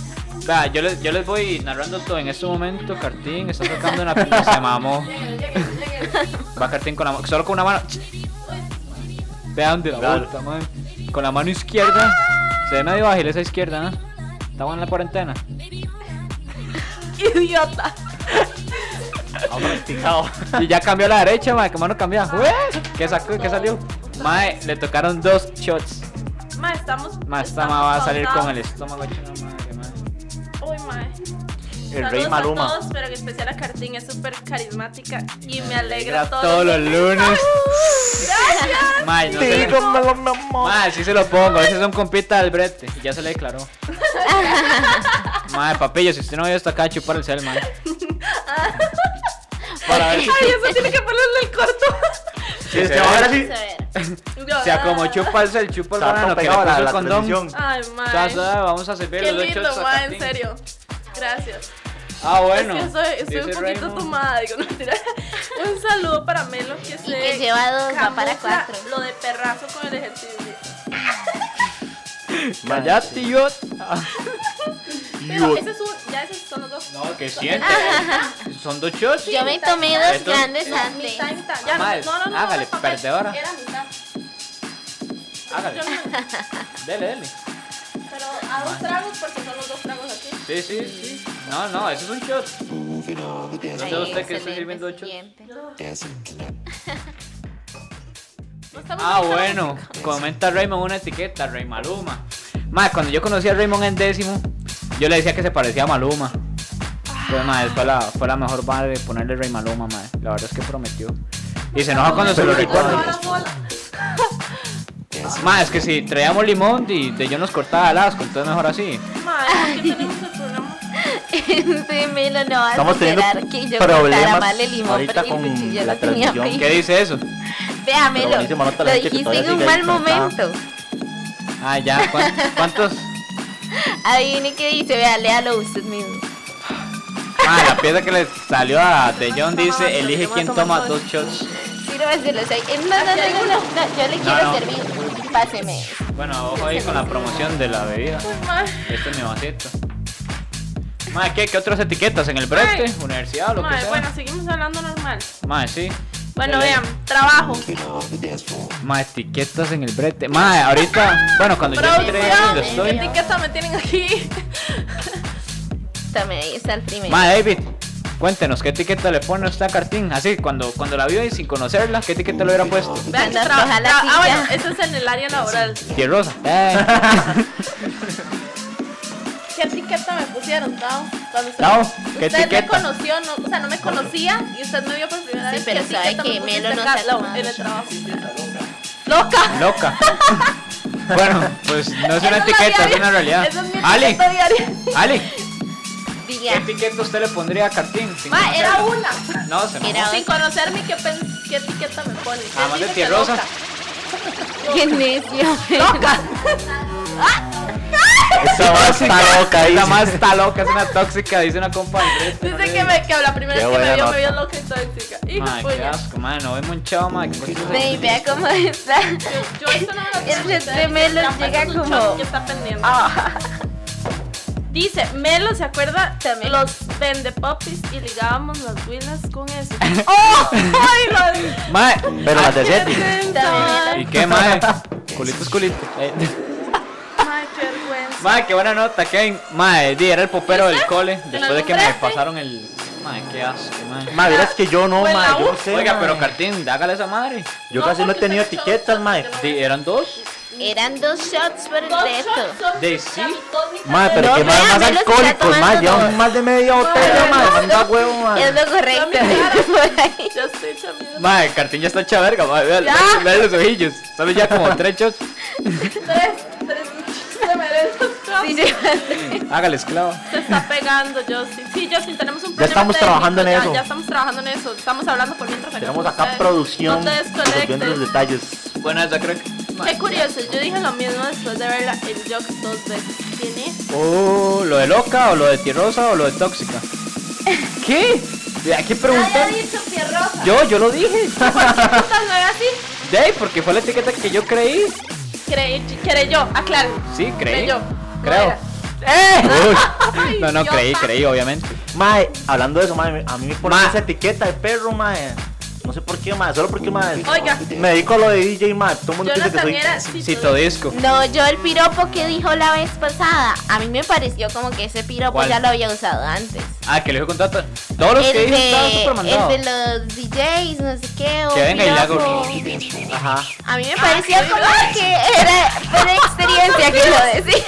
[SPEAKER 2] Va, yo les, yo les voy narrando todo. En este momento, Cartín está tocando una pista, se mamó.
[SPEAKER 3] Lleguen, lleguen, lleguen.
[SPEAKER 2] Va Cartín con la mano, solo con una mano. Vean de la
[SPEAKER 1] Dale.
[SPEAKER 2] vuelta, man. Con la mano izquierda. Se ve medio ágil esa izquierda, ¿no? Estamos en la cuarentena.
[SPEAKER 3] Idiota.
[SPEAKER 1] Ha practicado.
[SPEAKER 2] Y ya cambió a la derecha, mae. ¿Qué mano cambió? ¡Ué! ¿Qué sacó? ¿Qué salió? Mae, le tocaron dos shots.
[SPEAKER 3] Ma, estamos.
[SPEAKER 2] Mae, esta
[SPEAKER 3] estamos
[SPEAKER 2] mae va a salir
[SPEAKER 3] pausados.
[SPEAKER 2] con el estómago hecho una madre, mae.
[SPEAKER 3] Uy, mae.
[SPEAKER 1] El
[SPEAKER 3] Saludos
[SPEAKER 1] rey
[SPEAKER 3] a
[SPEAKER 1] Maluma.
[SPEAKER 3] todos, pero en especial a Cartín, es súper carismática y me alegra
[SPEAKER 2] Era
[SPEAKER 3] todo.
[SPEAKER 2] todos los lunes.
[SPEAKER 3] Gracias.
[SPEAKER 2] Mae, no sé.
[SPEAKER 1] Dígamelo, mi amor.
[SPEAKER 2] Mae, sí se lo pongo, ese es un compita del brete. Y ya se le declaró. Mae, papillo, si usted no vio hasta acá, chupar el cel, mae.
[SPEAKER 1] Para ver
[SPEAKER 3] Ay,
[SPEAKER 1] si-
[SPEAKER 3] eso tiene que ponerle el corto.
[SPEAKER 1] si este va a ver así.
[SPEAKER 4] Vamos a ver.
[SPEAKER 2] O sea, como chupa el cel, chupa el
[SPEAKER 1] Está todo
[SPEAKER 2] banano que le
[SPEAKER 1] pegado a
[SPEAKER 2] puso
[SPEAKER 1] la,
[SPEAKER 2] el
[SPEAKER 1] la
[SPEAKER 2] condón.
[SPEAKER 1] transmisión.
[SPEAKER 3] Ay,
[SPEAKER 2] Sa,
[SPEAKER 3] mae.
[SPEAKER 2] sa, Vamos a servir
[SPEAKER 3] Qué
[SPEAKER 2] los dos
[SPEAKER 3] lindo,
[SPEAKER 2] shots a
[SPEAKER 3] mae, en
[SPEAKER 2] Catín.
[SPEAKER 3] serio. Gracias.
[SPEAKER 2] Ah, bueno.
[SPEAKER 3] Es que estoy, estoy un
[SPEAKER 2] Dice
[SPEAKER 3] poquito
[SPEAKER 2] Raymond.
[SPEAKER 3] tomada, digo, no tira. Un saludo para Melo que se.
[SPEAKER 4] que lleva dos, va para
[SPEAKER 3] camufla
[SPEAKER 4] cuatro.
[SPEAKER 3] Lo de perrazo con el ejercicio.
[SPEAKER 1] Mae,
[SPEAKER 2] Callate, idiota.
[SPEAKER 3] Pero ese es un, ya esos son los dos.
[SPEAKER 2] No, que siente. Son dos shots.
[SPEAKER 4] Yo me tomé dos
[SPEAKER 2] Esto-
[SPEAKER 1] eh,
[SPEAKER 4] grandes antes.
[SPEAKER 3] Mitad, mitad. Ya,
[SPEAKER 2] Mae,
[SPEAKER 3] no, no, no, no.
[SPEAKER 2] hágale,
[SPEAKER 3] no, papel.
[SPEAKER 2] perdedora.
[SPEAKER 3] Era mitad.
[SPEAKER 2] Hágale. Dele, dele.
[SPEAKER 3] Pero a dos tragos porque son los dos tragos aquí.
[SPEAKER 2] Sí, sí, sí. No, no, eso es un shot. No sé usted que estoy
[SPEAKER 4] Excelente,
[SPEAKER 2] sirviendo ocho.
[SPEAKER 4] siguiente.
[SPEAKER 3] No estamos
[SPEAKER 2] Ah,
[SPEAKER 3] escuchando
[SPEAKER 2] bueno,
[SPEAKER 3] música.
[SPEAKER 2] comenta Raymond una etiqueta, Rey Maluma. Más, cuando yo conocí a Raymond en décimo, yo le decía que se parecía a Maluma. Pues, madre, fue la, fue la mejor madre de ponerle Rey Maluma, madre. La verdad es que prometió. Y se enoja cuando se lo recuerdo.
[SPEAKER 3] Hola, hola.
[SPEAKER 2] Más, es que si traíamos limón, y de yo nos cortaba el asco, entonces mejor así.
[SPEAKER 3] Mae, ¿por qué tenemos el programa?
[SPEAKER 4] Este Melo no va a
[SPEAKER 1] Estamos teniendo
[SPEAKER 4] superar que yo cortara
[SPEAKER 1] problemas
[SPEAKER 4] mal el limón
[SPEAKER 1] ahorita
[SPEAKER 4] porque el
[SPEAKER 1] con
[SPEAKER 4] cuchillo
[SPEAKER 1] la
[SPEAKER 4] no tenía
[SPEAKER 1] transmisión.
[SPEAKER 4] filo.
[SPEAKER 2] ¿Qué dice eso?
[SPEAKER 4] Vea, Melo,
[SPEAKER 1] Pero buenísimo, nota la
[SPEAKER 4] lo
[SPEAKER 1] gente que
[SPEAKER 4] dijiste en
[SPEAKER 1] todavía
[SPEAKER 4] un
[SPEAKER 1] sigue
[SPEAKER 4] mal
[SPEAKER 1] ahí conectada.
[SPEAKER 4] momento.
[SPEAKER 2] Ah, ya, ¿cuán- ¿cuántos?
[SPEAKER 4] Adivine qué dice, vea, léalo usted mismo.
[SPEAKER 2] Ah, la pieza que le salió a De John dice, elige quién toma dos shots.
[SPEAKER 4] Sírvaselos ahí. Eh, No, no, no, no, no, no, yo le quiero
[SPEAKER 2] no.
[SPEAKER 4] servir. Páseme.
[SPEAKER 2] Bueno, ojo ahí con la promoción de la bebida.
[SPEAKER 3] Mae.
[SPEAKER 2] Este es mi vasito. Mae, ¿qué, ¿qué otras etiquetas? ¿En el brete?
[SPEAKER 3] Mae.
[SPEAKER 2] ¿Universidad? Lo que
[SPEAKER 3] Mae,
[SPEAKER 2] sea.
[SPEAKER 3] bueno, seguimos hablando normal.
[SPEAKER 2] Mae, sí.
[SPEAKER 3] Bueno,
[SPEAKER 2] Dele.
[SPEAKER 3] vean, trabajo.
[SPEAKER 2] Mae, etiquetas en el brete. Mae, ahorita. Bueno, cuando yo entré
[SPEAKER 3] Producción,
[SPEAKER 2] donde
[SPEAKER 3] ¿qué
[SPEAKER 2] estoy.
[SPEAKER 3] etiqueta me tienen aquí?
[SPEAKER 4] También ahí está el primero.
[SPEAKER 2] Mae, David, cuéntenos, ¿qué etiqueta le pone usted a Cartín? Así, cuando, cuando la vio y sin conocerla, ¿qué etiqueta le hubiera puesto?
[SPEAKER 3] Vean,
[SPEAKER 4] Anda,
[SPEAKER 3] tra-
[SPEAKER 4] afloja la
[SPEAKER 3] tra- Ah,
[SPEAKER 4] silla.
[SPEAKER 2] Eh.
[SPEAKER 3] bueno, eso es en el área laboral.
[SPEAKER 2] Tierrosa.
[SPEAKER 3] ¿Qué etiqueta me pusieron, Tao? Cuando usted,
[SPEAKER 2] Tao, ¿qué
[SPEAKER 3] usted me
[SPEAKER 2] etiqueta?
[SPEAKER 3] conoció, no, o sea, no me conocía y usted me vio por primera
[SPEAKER 4] Sí,
[SPEAKER 3] vez.
[SPEAKER 4] pero
[SPEAKER 3] ¿Qué
[SPEAKER 4] sabe
[SPEAKER 3] etiqueta
[SPEAKER 4] que
[SPEAKER 3] me pusiste
[SPEAKER 4] Melo no se
[SPEAKER 3] acá?
[SPEAKER 4] ha
[SPEAKER 3] La-
[SPEAKER 4] tomado
[SPEAKER 3] en el
[SPEAKER 4] shots.
[SPEAKER 3] trabajo. ¡Loca!
[SPEAKER 2] Loca. bueno, pues no es
[SPEAKER 3] Esa
[SPEAKER 2] una
[SPEAKER 3] la
[SPEAKER 2] etiqueta, es
[SPEAKER 3] diaria.
[SPEAKER 2] una realidad.
[SPEAKER 3] Esa es mi
[SPEAKER 2] Ali,
[SPEAKER 3] etiqueta diaria.
[SPEAKER 2] Ali, ¿qué
[SPEAKER 4] Diga,
[SPEAKER 2] etiqueta usted le pondría a Cartín? sin
[SPEAKER 3] Ma, era
[SPEAKER 2] conocerlo?
[SPEAKER 3] una.
[SPEAKER 2] No, se
[SPEAKER 4] Era
[SPEAKER 2] me
[SPEAKER 4] otra.
[SPEAKER 3] Sin conocerme, ¿qué, pen- qué etiqueta me pone? Usted
[SPEAKER 2] Jamás
[SPEAKER 3] dice
[SPEAKER 2] Ah, de
[SPEAKER 3] que
[SPEAKER 2] tierrosa.
[SPEAKER 3] loca.
[SPEAKER 4] qué necio.
[SPEAKER 3] ¡Loca!
[SPEAKER 1] Esa va a estar loca ahí.
[SPEAKER 2] Esa más está loca, es una tóxica, dice una compa de Andrés. que no
[SPEAKER 3] Dice
[SPEAKER 2] le-
[SPEAKER 3] que, me, pues, que la primera
[SPEAKER 1] Qué
[SPEAKER 3] vez que me
[SPEAKER 1] buena
[SPEAKER 3] vio me vio
[SPEAKER 1] nota.
[SPEAKER 3] loca y tóxica. Hijo
[SPEAKER 2] Ma, qué
[SPEAKER 3] puña.
[SPEAKER 2] asco, ma, no vemos un chavo, ma, qué cosas
[SPEAKER 4] Ve, vea cómo está.
[SPEAKER 3] Yo esto no me lo
[SPEAKER 4] Es
[SPEAKER 3] puse,
[SPEAKER 4] de
[SPEAKER 3] ustedes
[SPEAKER 4] Melo,
[SPEAKER 3] ya,
[SPEAKER 4] llega
[SPEAKER 3] es un
[SPEAKER 4] como-
[SPEAKER 3] shock que está pendiente. Dice, Melo, ¿se acuerda? Los vendepopis y ligábamos las huilas con eso. ¡Oh! ¡Ay, lo
[SPEAKER 2] Ma,
[SPEAKER 1] Pero las de Seti.
[SPEAKER 4] También.
[SPEAKER 2] ¿y qué, ma? Culito es culito. Eh,
[SPEAKER 3] Ay, qué vergüenza.
[SPEAKER 2] Ma, qué buena nota, Kevin. Ma, eh, di, era el popero del cole.
[SPEAKER 3] ¿Te la
[SPEAKER 2] Después de que me
[SPEAKER 3] compraste?
[SPEAKER 2] pasaron el. Ma, qué asco, ma.
[SPEAKER 1] Ma, verás que yo no,
[SPEAKER 3] Fue la
[SPEAKER 1] ma, yo
[SPEAKER 3] U.
[SPEAKER 1] no sé.
[SPEAKER 2] Oiga,
[SPEAKER 1] ma.
[SPEAKER 2] pero Cartín, hágale esa madre.
[SPEAKER 1] Yo
[SPEAKER 3] No,
[SPEAKER 1] casi no he
[SPEAKER 3] porque
[SPEAKER 1] tenido
[SPEAKER 3] son
[SPEAKER 1] etiquetas,
[SPEAKER 3] shows,
[SPEAKER 1] ma.
[SPEAKER 3] porque
[SPEAKER 2] Di, eran dos.
[SPEAKER 4] Eran dos shots por el reto.
[SPEAKER 2] De sí.
[SPEAKER 1] Ma, pero
[SPEAKER 4] No,
[SPEAKER 1] que más,
[SPEAKER 4] vea,
[SPEAKER 1] más
[SPEAKER 4] me lo está
[SPEAKER 1] alcohólicos, ma.
[SPEAKER 4] tomando todo.
[SPEAKER 1] Ya más de media botella, ma.
[SPEAKER 3] no,
[SPEAKER 1] Manda huevo, ma.
[SPEAKER 4] Es lo correcto. Por ahí.
[SPEAKER 3] Yo estoy chambeando.
[SPEAKER 2] Ma, el Cartín ya está hecha verga, ma. Vean
[SPEAKER 3] Ya.
[SPEAKER 2] los ojillos. Sale ya como trechos.
[SPEAKER 3] Tres, tres, se merece.
[SPEAKER 4] Sí, sí.
[SPEAKER 2] Hágale esclavo.
[SPEAKER 3] Se está pegando, Justin. Sí, Justin, tenemos un problema.
[SPEAKER 1] estamos trabajando en
[SPEAKER 3] técnico, ya-
[SPEAKER 1] eso.
[SPEAKER 3] Ya estamos trabajando en eso. Estamos hablando por mientras.
[SPEAKER 1] Tenemos
[SPEAKER 3] con
[SPEAKER 1] acá
[SPEAKER 3] ustedes.
[SPEAKER 1] producción.
[SPEAKER 3] No te
[SPEAKER 1] Viendo los
[SPEAKER 3] desconectes.
[SPEAKER 1] detalles.
[SPEAKER 2] Buena esa, creo.
[SPEAKER 3] Qué curioso, yo dije lo mismo después de verla en Jock dos veces. ¿Quién es?
[SPEAKER 2] Oh, lo de loca o lo de tierrosa o lo de tóxica. ¿Qué? ¿A qué preguntar?
[SPEAKER 3] dicho Pierrosa.
[SPEAKER 2] Yo, yo lo dije.
[SPEAKER 3] Puta, no era así.
[SPEAKER 2] De ahí, porque fue la etiqueta que yo creí.
[SPEAKER 3] Creí, creí yo, aclaro.
[SPEAKER 2] Sí, creí.
[SPEAKER 3] Creyó.
[SPEAKER 2] Creo.
[SPEAKER 3] No
[SPEAKER 2] ¡Eh!
[SPEAKER 3] Ay,
[SPEAKER 2] No, no,
[SPEAKER 3] idiota.
[SPEAKER 2] creí, creí, obviamente.
[SPEAKER 1] Ma, hablando de eso, ma, a mí me ponen
[SPEAKER 2] Ma.
[SPEAKER 1] esa etiqueta de perro, ma. No sé por qué, ma. Solo porque, ma.
[SPEAKER 3] Oiga.
[SPEAKER 1] Me dedico a lo de DJ, ma. Todo el mundo
[SPEAKER 3] Yo
[SPEAKER 1] piensa
[SPEAKER 3] no
[SPEAKER 1] que soy.
[SPEAKER 3] sabía.
[SPEAKER 2] Cito disco.
[SPEAKER 4] No, yo el piropo que dijo la vez pasada, a mí me pareció como que ese piropo
[SPEAKER 2] ¿Cuál?
[SPEAKER 4] ya lo había usado antes.
[SPEAKER 2] Ah, que lo dijo con Tata. Todos los que
[SPEAKER 4] el,
[SPEAKER 2] dije estaban
[SPEAKER 4] de,
[SPEAKER 2] súper mandados.
[SPEAKER 4] el de los DJs, no sé qué, o
[SPEAKER 2] Que venga y le hago.
[SPEAKER 4] piropo.
[SPEAKER 1] Ajá.
[SPEAKER 4] A mí me
[SPEAKER 3] Ah,
[SPEAKER 4] parecía como que era por experiencia que lo decía.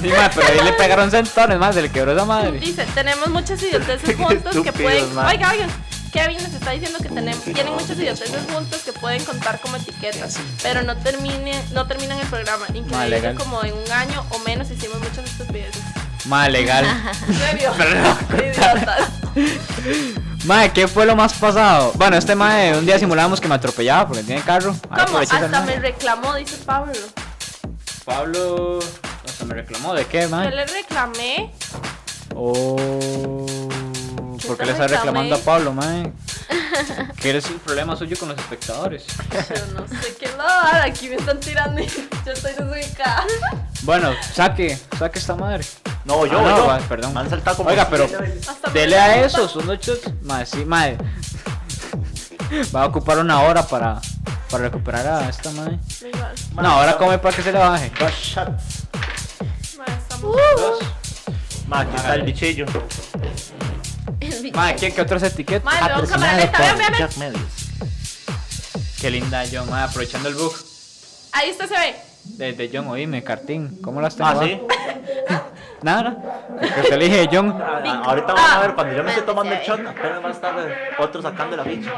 [SPEAKER 2] Sí, ma, pero ahí le pegaron centones más, se le quebró esa madre.
[SPEAKER 3] Dice, tenemos muchas idioteces
[SPEAKER 1] Qué
[SPEAKER 3] juntos que
[SPEAKER 1] estúpidos,
[SPEAKER 3] pueden.
[SPEAKER 1] man.
[SPEAKER 3] Oiga, oigan. Kevin nos está diciendo que tenemos, tienen muchas idioteces juntos que pueden contar como etiquetas, pero no termine, no terminan el programa. Increíble,
[SPEAKER 2] legal.
[SPEAKER 3] como en un año o menos hicimos muchas estupideces.
[SPEAKER 2] Ma, legal.
[SPEAKER 3] Serio.
[SPEAKER 2] Pero no.
[SPEAKER 3] Idiotas.
[SPEAKER 2] Mae, ¿qué fue lo más pasado? Bueno, este mae, un día simulábamos que me atropellaba porque tiene carro. Ahí
[SPEAKER 3] ¿Cómo?
[SPEAKER 2] aproveché esa
[SPEAKER 3] Hasta
[SPEAKER 2] madre.
[SPEAKER 3] me reclamó, dice Pablo.
[SPEAKER 2] Pablo. Hasta me reclamó de qué,
[SPEAKER 3] Yo
[SPEAKER 2] mae.
[SPEAKER 3] le reclamé.
[SPEAKER 2] Oh. ¿Por
[SPEAKER 3] te
[SPEAKER 2] qué le estás
[SPEAKER 3] reclamé?
[SPEAKER 2] reclamando a Pablo, mae? ¿Qué eres el problema suyo con los espectadores?
[SPEAKER 3] Yo no sé qué dar. Aquí me están tirando y yo estoy desubicada.
[SPEAKER 2] Bueno, saque, saque esta madre.
[SPEAKER 1] No, yo,
[SPEAKER 2] Ah, no,
[SPEAKER 1] yo.
[SPEAKER 2] va, perdón.
[SPEAKER 1] Me han saltado como.
[SPEAKER 2] Oiga, pero
[SPEAKER 3] Hasta me
[SPEAKER 2] dele a
[SPEAKER 3] preocupa.
[SPEAKER 2] esos unos shots. Mae, sí, mae. Va a ocupar una hora para, para recuperar a esta madre.
[SPEAKER 3] Legal.
[SPEAKER 2] No, ahora come para que se le baje.
[SPEAKER 1] Dos shots.
[SPEAKER 3] Madre, estamos-
[SPEAKER 2] Dos.
[SPEAKER 1] Ma, aquí está el bichillo.
[SPEAKER 2] Mae, ¿qué, qué otras etiquetas?
[SPEAKER 3] Madre, veo
[SPEAKER 2] Patrocinado
[SPEAKER 3] cámara lenta,
[SPEAKER 2] por-
[SPEAKER 3] vean, vean, vean.
[SPEAKER 1] Jack Medias.
[SPEAKER 2] Qué linda yo, mae, aprovechando el bug
[SPEAKER 3] Ahí usted se ve.
[SPEAKER 2] de, de John, oíme, Cartín, ¿cómo las tengo?
[SPEAKER 1] Ah, sí.
[SPEAKER 2] Nada, porque te dije John.
[SPEAKER 1] Ah, ah, Ahorita van a
[SPEAKER 3] Ah.
[SPEAKER 1] ver, cuando yo me esté
[SPEAKER 4] Mándese
[SPEAKER 1] tomando el
[SPEAKER 4] ahí.
[SPEAKER 1] shot, apenas van a estar eh, otros sacando la bicha.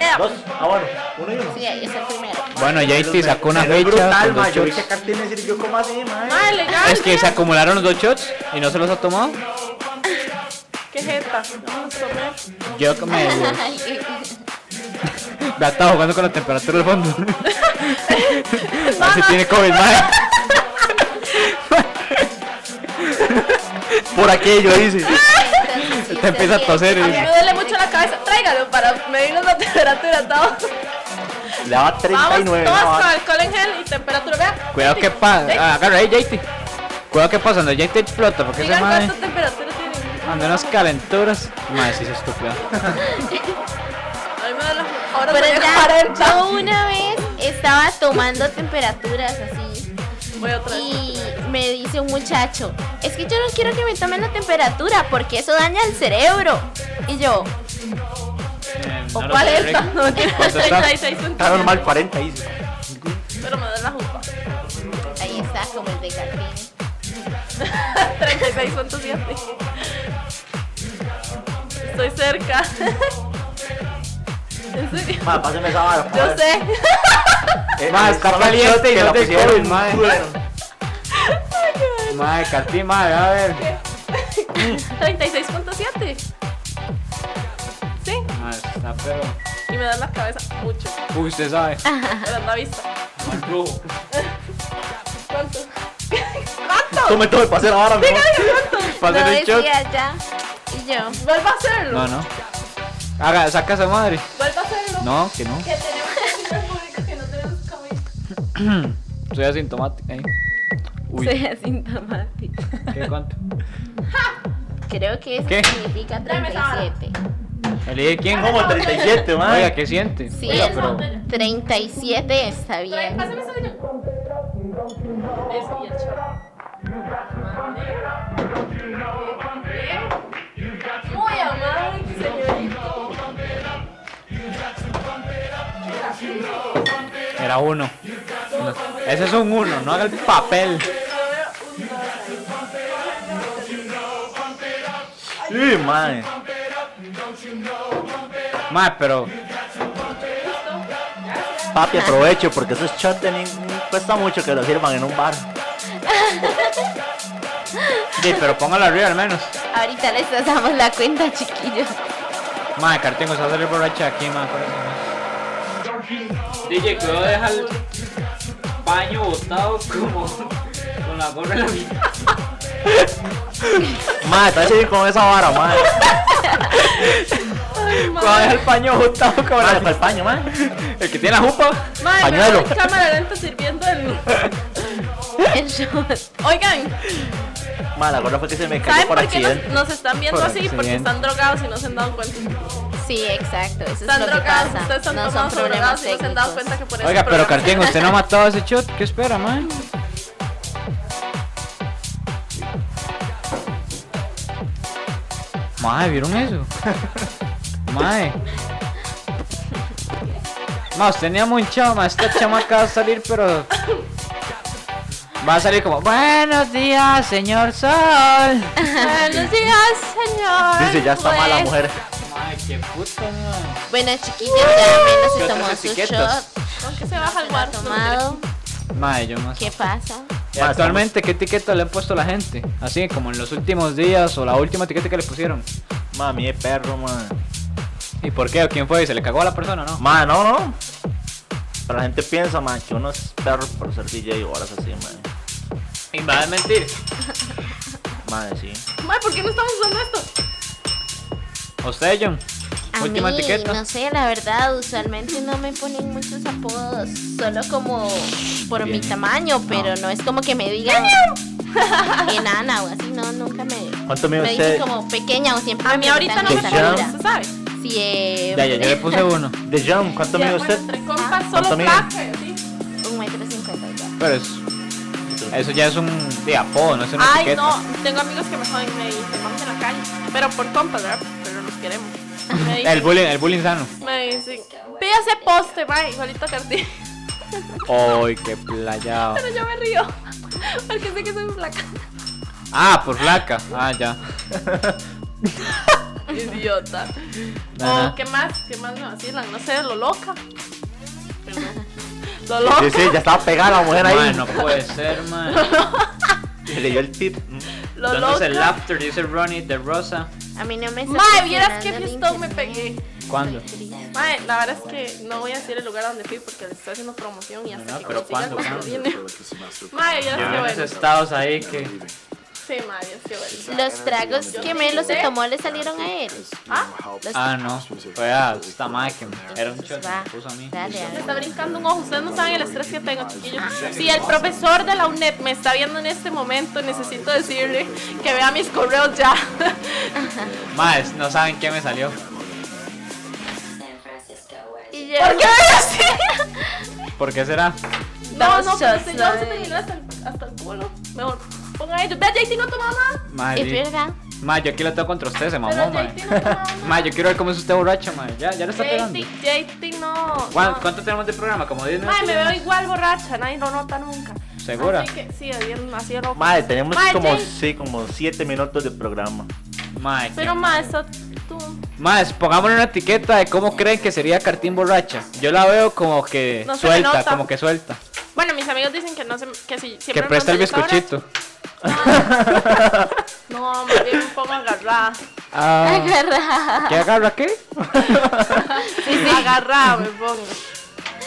[SPEAKER 3] Ea,
[SPEAKER 1] Dos. Ah, bueno. Uno y uno.
[SPEAKER 4] Sí, ahí es el primero.
[SPEAKER 2] Bueno, JT sacó una
[SPEAKER 1] Pero es
[SPEAKER 2] fecha.
[SPEAKER 1] brutal,
[SPEAKER 2] con dos
[SPEAKER 1] ma. Yo vi que
[SPEAKER 2] shots.
[SPEAKER 1] acá tiene decir yo como así, ma.
[SPEAKER 3] madre, legal.
[SPEAKER 2] Es que
[SPEAKER 3] mira.
[SPEAKER 2] se acumularon los dos shots y no se los ha tomado.
[SPEAKER 3] Qué jeta. Vamos a comer.
[SPEAKER 2] Yo que me. Ya estaba jugando con la temperatura del fondo. A ver si tiene COVID, mae.
[SPEAKER 1] Por aquello, dice.
[SPEAKER 2] Te empieza a toser.
[SPEAKER 3] A mí me duele mucho la cabeza. Tráigalo para medirnos la temperatura. Todos.
[SPEAKER 1] Le daba
[SPEAKER 3] Vamos
[SPEAKER 1] 39.
[SPEAKER 3] todos
[SPEAKER 1] no,
[SPEAKER 3] con
[SPEAKER 1] va.
[SPEAKER 3] alcohol en gel y temperatura. Vea.
[SPEAKER 2] Cuidado que pasa. Ah, agarra ahí, JT. Cuidado que pasa, cuando JT explota, porque ese
[SPEAKER 3] Digan
[SPEAKER 2] mae.
[SPEAKER 3] cuánta temperatura tienen.
[SPEAKER 2] Anda unas calenturas. Mae, sí, se estúpido.
[SPEAKER 3] A mí me duele. Ahora
[SPEAKER 4] Pero
[SPEAKER 3] tengo
[SPEAKER 4] ya,
[SPEAKER 3] 40.
[SPEAKER 4] yo una vez estaba tomando temperaturas así.
[SPEAKER 3] Voy otra vez.
[SPEAKER 4] Y me dice un muchacho, es que yo no quiero que me tomen la temperatura porque eso daña el cerebro. Y yo,
[SPEAKER 2] Eh,
[SPEAKER 3] ¿O
[SPEAKER 2] Ah,
[SPEAKER 3] cuál es esta? No, mentira.
[SPEAKER 2] ¿Cuánto está?
[SPEAKER 3] 36
[SPEAKER 1] Está
[SPEAKER 3] centímetros.
[SPEAKER 1] normal 40, dice.
[SPEAKER 3] Pero me duele la jupa.
[SPEAKER 4] ahí está como el de
[SPEAKER 3] 6.7. Estoy cerca. ¿En serio?
[SPEAKER 1] Ma, páseme esa vara. por
[SPEAKER 3] Yo
[SPEAKER 1] favor.
[SPEAKER 3] sé.
[SPEAKER 1] Eh,
[SPEAKER 2] Ma,
[SPEAKER 1] eh,
[SPEAKER 2] está
[SPEAKER 1] solo
[SPEAKER 2] caliente
[SPEAKER 1] shot
[SPEAKER 2] y
[SPEAKER 1] que
[SPEAKER 2] no
[SPEAKER 1] la
[SPEAKER 2] te
[SPEAKER 1] pusieron
[SPEAKER 2] comes, ma.
[SPEAKER 1] duro.
[SPEAKER 2] Madre, Cati, madre, a ver.
[SPEAKER 3] 36.7. Sí.
[SPEAKER 2] Madre, está pero.
[SPEAKER 3] Y me dan la cabeza mucho.
[SPEAKER 2] Uy, usted sabe.
[SPEAKER 3] Me dan la vista. ¿Cuánto?
[SPEAKER 1] Tú
[SPEAKER 3] ¿Cuánto?
[SPEAKER 1] me tuve para hacer ahora, mi amor.
[SPEAKER 2] Pásale el shot.
[SPEAKER 4] decía ya. Y yo.
[SPEAKER 3] Vuelva a hacerlo.
[SPEAKER 2] No, no. Haga, saca esa madre.
[SPEAKER 3] Vuelva a hacerlo.
[SPEAKER 2] No, que no.
[SPEAKER 3] Que tenemos que decirle al público que no tenemos COVID.
[SPEAKER 2] Soy asintomático. ahí. Uy,
[SPEAKER 4] Soy asintomático.
[SPEAKER 2] ¿qué cuánto?
[SPEAKER 4] Creo que eso
[SPEAKER 2] ¿Qué?
[SPEAKER 4] significa
[SPEAKER 3] Dame esa vara.
[SPEAKER 4] 37.
[SPEAKER 2] ¿Elige quién?
[SPEAKER 1] Como 37, ma.
[SPEAKER 2] Oiga, ¿qué siente?
[SPEAKER 4] Sí,
[SPEAKER 2] Oiga,
[SPEAKER 4] el
[SPEAKER 2] pero.
[SPEAKER 4] 37 está
[SPEAKER 3] Trae,
[SPEAKER 4] bien.
[SPEAKER 3] pásame ese niño. Eso y el chorro. Muy amable, señorito.
[SPEAKER 2] Era uno. No, Ese es un uno, no haga el papel.
[SPEAKER 1] Sí, madre.
[SPEAKER 2] Madre, pero.
[SPEAKER 1] Papi, aprovecho porque esos shots de nin- cuesta mucho que los sirvan en un bar.
[SPEAKER 2] Sí, pero póngalo arriba al menos.
[SPEAKER 4] Ahorita les damos la cuenta, chiquillos.
[SPEAKER 2] Madre, Cartengo se va a salir borracha aquí, madre. DJ, cuidado, deja el paño botado como. con la gorra en la mitad.
[SPEAKER 1] Madre, te voy a seguir con esa vara, madre.
[SPEAKER 2] Cuidado, deja el paño botado como
[SPEAKER 1] Madre,
[SPEAKER 2] la
[SPEAKER 1] para el paño, madre.
[SPEAKER 2] El que tiene la jupa.
[SPEAKER 3] Madre,
[SPEAKER 1] Pañuelo.
[SPEAKER 3] me voy en cámara lenta sirviendo el.
[SPEAKER 4] El shot.
[SPEAKER 3] Oigan,
[SPEAKER 1] Madre, la gorra fue que se me cayó
[SPEAKER 3] ¿saben
[SPEAKER 1] por
[SPEAKER 3] por qué
[SPEAKER 1] accidente.
[SPEAKER 3] nos, nos están viendo
[SPEAKER 2] Por
[SPEAKER 3] así? Porque
[SPEAKER 2] accidente.
[SPEAKER 3] están drogados y no se han dado cuenta.
[SPEAKER 4] Sí, exacto. Eso es
[SPEAKER 3] Están
[SPEAKER 4] lo que
[SPEAKER 3] drogados, ustedes
[SPEAKER 4] pasa.
[SPEAKER 3] están
[SPEAKER 4] No son
[SPEAKER 3] tomados o drogados
[SPEAKER 4] problemas
[SPEAKER 3] y no se han dado
[SPEAKER 4] técnicos.
[SPEAKER 3] cuenta que por eso.
[SPEAKER 2] Oiga,
[SPEAKER 3] el
[SPEAKER 2] pero
[SPEAKER 3] programa-
[SPEAKER 2] Cartengo, usted no ha matado ese shot. ¿Qué espera, man? Madre, ¿vieron eso? Madre. Más, teníamos un chavo, ma, Esta chamaca va a salir, pero. Va a salir como: Buenos días, señor Sol.
[SPEAKER 4] Buenos días, señor.
[SPEAKER 1] Dice, ya está mala
[SPEAKER 4] Pues,
[SPEAKER 1] mujer.
[SPEAKER 2] Madre, qué puta, man.
[SPEAKER 4] Bueno, chiquillos, ya al menos
[SPEAKER 2] ¿Qué
[SPEAKER 4] se
[SPEAKER 2] otras
[SPEAKER 4] tomó su
[SPEAKER 2] etiquetas?
[SPEAKER 4] shot.
[SPEAKER 3] ¿Con qué se baja el
[SPEAKER 4] Lo ha
[SPEAKER 3] guardo?
[SPEAKER 4] tomado.
[SPEAKER 2] Madre, yo más.
[SPEAKER 4] ¿Qué pasa?
[SPEAKER 2] Y Actualmente, ¿qué etiqueta le han puesto a la gente? Así como en los últimos días o la última etiqueta que le pusieron.
[SPEAKER 1] Mami, es perro, madre.
[SPEAKER 2] ¿Y por qué? ¿O quién fue? ¿Se le cagó a la persona no?
[SPEAKER 1] Madre, no, no. Pero la gente piensa, madre, que uno es perro por ser DJ o horas así, madre.
[SPEAKER 2] Y va a mentir.
[SPEAKER 1] Madre, sí.
[SPEAKER 3] Madre, ¿por qué no estamos usando esto?
[SPEAKER 2] ¿A usted, John?
[SPEAKER 4] A
[SPEAKER 2] última
[SPEAKER 4] mí,
[SPEAKER 2] etiqueta.
[SPEAKER 4] no sé, la verdad, usualmente no me ponen muchos apodos, solo como por mi
[SPEAKER 2] Bien.
[SPEAKER 4] tamaño, pero no. es como que me digan enana o así, no, nunca me,
[SPEAKER 1] ¿Cuánto mide
[SPEAKER 4] me dicen
[SPEAKER 1] usted?
[SPEAKER 4] como pequeña o siempre
[SPEAKER 3] A mí ahorita no me
[SPEAKER 1] ¿Qué
[SPEAKER 4] preguntan mi
[SPEAKER 1] ya?
[SPEAKER 3] ponen,
[SPEAKER 4] estatura.
[SPEAKER 3] se sabe.
[SPEAKER 4] Sí, eh,
[SPEAKER 2] Ya, ya, yo le puse uno.
[SPEAKER 1] De John, ¿cuánto mide
[SPEAKER 3] Ya,
[SPEAKER 1] usted?
[SPEAKER 3] bueno, entre compas,
[SPEAKER 4] Ah.
[SPEAKER 1] ¿Cuánto
[SPEAKER 3] solo
[SPEAKER 1] mide?
[SPEAKER 3] placa y así.
[SPEAKER 4] un metro cincuenta y ya.
[SPEAKER 2] Pero es, eso ya es un de apodo, no es una
[SPEAKER 3] Ay,
[SPEAKER 2] etiqueta.
[SPEAKER 3] no, tengo amigos que me joden, me dicen, vamos en la calle. Pero por compas, ¿verdad? Pero nos queremos. Me
[SPEAKER 2] El
[SPEAKER 3] dicen,
[SPEAKER 2] bullying, el bullying sano.
[SPEAKER 3] me dicen pídase poste, mae, igualito Cartier.
[SPEAKER 2] Ay, qué playado.
[SPEAKER 3] Pero yo me río, porque sé que soy flaca.
[SPEAKER 2] Ah, por flaca. Ah, ya.
[SPEAKER 3] Idiota.
[SPEAKER 2] Ajá.
[SPEAKER 3] Oh, ¿qué más? ¿Qué más me vacilan? No sé, lo loca. Perdón. Lo loca.
[SPEAKER 1] Sí, sí, ya estaba pegada la mujer ahí.
[SPEAKER 2] Man, no puede ser, man.
[SPEAKER 1] Y le dio el tip.
[SPEAKER 3] Lo
[SPEAKER 2] ¿Dónde es el
[SPEAKER 3] loca.
[SPEAKER 2] after? Dice Ronnie de Rosa.
[SPEAKER 4] A mí no me está
[SPEAKER 3] Mae, vieras qué
[SPEAKER 4] funcionando
[SPEAKER 3] fiestón me
[SPEAKER 4] el
[SPEAKER 3] pegué.
[SPEAKER 2] ¿Cuándo?
[SPEAKER 4] internet.
[SPEAKER 3] Mae, la verdad es que no voy a decir el lugar donde fui porque le estoy haciendo promoción y hasta
[SPEAKER 2] no,
[SPEAKER 3] que
[SPEAKER 2] pero
[SPEAKER 3] consiga
[SPEAKER 2] ¿cuándo,
[SPEAKER 3] cuando
[SPEAKER 2] cuándo?
[SPEAKER 3] viene. Mae, vieras
[SPEAKER 2] Yo
[SPEAKER 3] qué
[SPEAKER 2] en esos
[SPEAKER 3] bueno.
[SPEAKER 2] estados ahí que...
[SPEAKER 3] Sí, mae, vieras qué bueno.
[SPEAKER 4] Los tragos que Melo se tomó le salieron a él.
[SPEAKER 5] ¿Ah?
[SPEAKER 4] Los-
[SPEAKER 2] Ah, no. Fue a esta madre que me- era un shot que
[SPEAKER 4] Va,
[SPEAKER 2] me puso a mí.
[SPEAKER 4] dale,
[SPEAKER 3] Me
[SPEAKER 4] dale.
[SPEAKER 3] está brincando un ojo. Ustedes no saben el estrés que tengo, chiquillos. Si el profesor de la UNED me está viendo en este momento, necesito decirle que vea mis correos ya.
[SPEAKER 2] Más, no saben qué me salió.
[SPEAKER 4] Y yo-
[SPEAKER 3] ¿Por qué me así?
[SPEAKER 2] ¿Por qué será?
[SPEAKER 3] No, no,
[SPEAKER 4] Dos
[SPEAKER 3] pero
[SPEAKER 4] shots,
[SPEAKER 3] si
[SPEAKER 4] ¿no?
[SPEAKER 3] yo se me vino hasta el, hasta el culo. Mejor pongan ellos. Ve, JT no toma nada.
[SPEAKER 2] Más,
[SPEAKER 4] Es verdad.
[SPEAKER 2] yo aquí lo tengo contra usted, se mamó,
[SPEAKER 3] Pero
[SPEAKER 2] man.
[SPEAKER 3] JT no toma
[SPEAKER 2] Más, yo quiero ver cómo es usted borracho, man. Ya, ya lo está
[SPEAKER 3] nada.
[SPEAKER 2] pegando.
[SPEAKER 3] JT, JT no.
[SPEAKER 2] ¿Cuán-
[SPEAKER 3] no.
[SPEAKER 2] ¿Cuánto tenemos de programa? ¿Como 10 minutos?
[SPEAKER 3] Ay, me veo igual borracha, nadie lo nota nunca.
[SPEAKER 2] ¿Segura?
[SPEAKER 3] Así que, sí, así es- así es loco.
[SPEAKER 1] Madre, tenemos
[SPEAKER 3] Mae,
[SPEAKER 1] como,
[SPEAKER 3] Jay.
[SPEAKER 1] sí, como siete minutos de programa.
[SPEAKER 2] Mae,
[SPEAKER 3] Pero
[SPEAKER 2] qué-
[SPEAKER 3] más, tú.
[SPEAKER 2] Más, pongámosle una etiqueta de cómo creen que sería Cartín borracha. Yo la veo como que
[SPEAKER 3] No se le
[SPEAKER 2] suelta,
[SPEAKER 3] nota.
[SPEAKER 2] como que suelta.
[SPEAKER 3] Bueno, mis amigos dicen que no se, que si siempre
[SPEAKER 2] Que
[SPEAKER 3] me
[SPEAKER 2] presta el
[SPEAKER 3] mantengo ahora.
[SPEAKER 2] bizcochito.
[SPEAKER 3] No, más bien un poco agarrada.
[SPEAKER 2] Ah,
[SPEAKER 4] Agarra.
[SPEAKER 2] ¿Qué agarra qué?
[SPEAKER 3] Agarrada me pongo.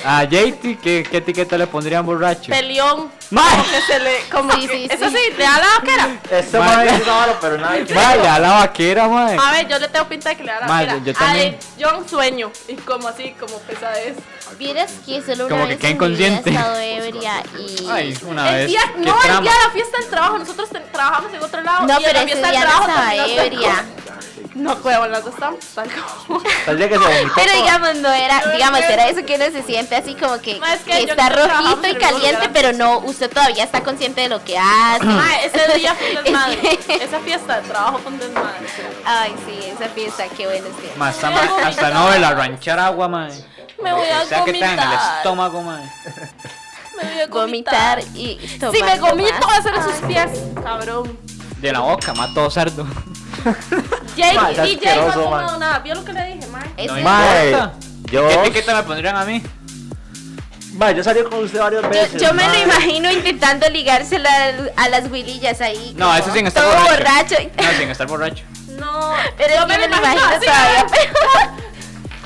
[SPEAKER 2] A JT, ¿qué, qué etiqueta le pondrían borracho?
[SPEAKER 3] Peleón.
[SPEAKER 2] Mae.
[SPEAKER 3] Como que se le. Como que-
[SPEAKER 4] Sí, sí,
[SPEAKER 3] Eso
[SPEAKER 4] sí.
[SPEAKER 3] sí, le da la vaquera.
[SPEAKER 1] Este
[SPEAKER 2] Mae.
[SPEAKER 1] madre es raro, pero nada. que-
[SPEAKER 2] Mae, le da la vaquera, mae.
[SPEAKER 3] A ver, yo le tengo pinta de que le da la
[SPEAKER 2] Mae,
[SPEAKER 3] vaquera.
[SPEAKER 2] yo
[SPEAKER 3] A
[SPEAKER 2] también.
[SPEAKER 3] de John sueño. Y como así, como pesadez.
[SPEAKER 4] Vieras que solo una
[SPEAKER 2] Como que queda
[SPEAKER 4] vez en mi vida he
[SPEAKER 2] inconsciente.
[SPEAKER 4] estado ebria y...
[SPEAKER 2] Ay, una
[SPEAKER 3] el
[SPEAKER 2] vez.
[SPEAKER 3] día,
[SPEAKER 2] qué
[SPEAKER 3] Ah, no, el
[SPEAKER 2] trama.
[SPEAKER 3] día de la fiesta del trabajo. Nosotros te- trabajamos en otro lado.
[SPEAKER 4] No,
[SPEAKER 3] y en
[SPEAKER 4] pero
[SPEAKER 3] la
[SPEAKER 4] ese
[SPEAKER 3] fiesta del
[SPEAKER 4] día no
[SPEAKER 3] trabajo
[SPEAKER 4] estaba
[SPEAKER 3] también nos tocó.
[SPEAKER 4] ebria.
[SPEAKER 3] No, cuevón, las dos estamos tan como.
[SPEAKER 1] Tal día que se vomitó.
[SPEAKER 4] Pero digamos, no era,
[SPEAKER 3] Yo
[SPEAKER 4] digamos,
[SPEAKER 3] creo-
[SPEAKER 4] era eso que uno se siente así como que,
[SPEAKER 3] No, es que
[SPEAKER 4] que
[SPEAKER 3] yo
[SPEAKER 4] está
[SPEAKER 3] creo que trabajamos
[SPEAKER 4] rojito
[SPEAKER 3] en
[SPEAKER 4] y
[SPEAKER 3] el mismo lugar
[SPEAKER 4] caliente,
[SPEAKER 3] antes.
[SPEAKER 4] pero no, usted todavía está consciente de lo que hace.
[SPEAKER 3] Mae, ese día fue un desmadre.
[SPEAKER 4] Es que-
[SPEAKER 3] Esa fiesta de trabajo fue un desmadre.
[SPEAKER 4] Ay, sí, esa fiesta, qué bueno es que-
[SPEAKER 2] Mae, esa mae, hasta no de la ranchar agua, mae.
[SPEAKER 3] Me voy a
[SPEAKER 2] O sea que tenga en el
[SPEAKER 3] vomitar.
[SPEAKER 2] estómago, mae.
[SPEAKER 3] Me voy a
[SPEAKER 4] Vomitar y tomar.
[SPEAKER 3] Si me
[SPEAKER 4] nomás.
[SPEAKER 3] gomito va a ser en sus pies, cabrón.
[SPEAKER 2] De la boca, mae, todo sardo.
[SPEAKER 1] Ma,
[SPEAKER 3] Jake,
[SPEAKER 1] es
[SPEAKER 3] y Jake no ha
[SPEAKER 1] asqueroso,
[SPEAKER 3] tomado
[SPEAKER 1] ma.
[SPEAKER 3] nada. ¿Vio lo que le dije, Mae?
[SPEAKER 4] Es-
[SPEAKER 2] No
[SPEAKER 4] yo-
[SPEAKER 1] Mae,
[SPEAKER 2] importa.
[SPEAKER 1] yo,
[SPEAKER 2] ¿Qué etiqueta me pondrían a mí?
[SPEAKER 1] mae, yo salí con usted varias veces.
[SPEAKER 4] yo me lo
[SPEAKER 1] mae.
[SPEAKER 4] imagino intentando ligársela al- a las huilillas ahí.
[SPEAKER 2] No,
[SPEAKER 4] como
[SPEAKER 2] eso sin estar
[SPEAKER 4] todo
[SPEAKER 2] borracho.
[SPEAKER 4] borracho.
[SPEAKER 2] No, sin estar borracho.
[SPEAKER 3] No,
[SPEAKER 4] Pero yo me lo imagino todavía.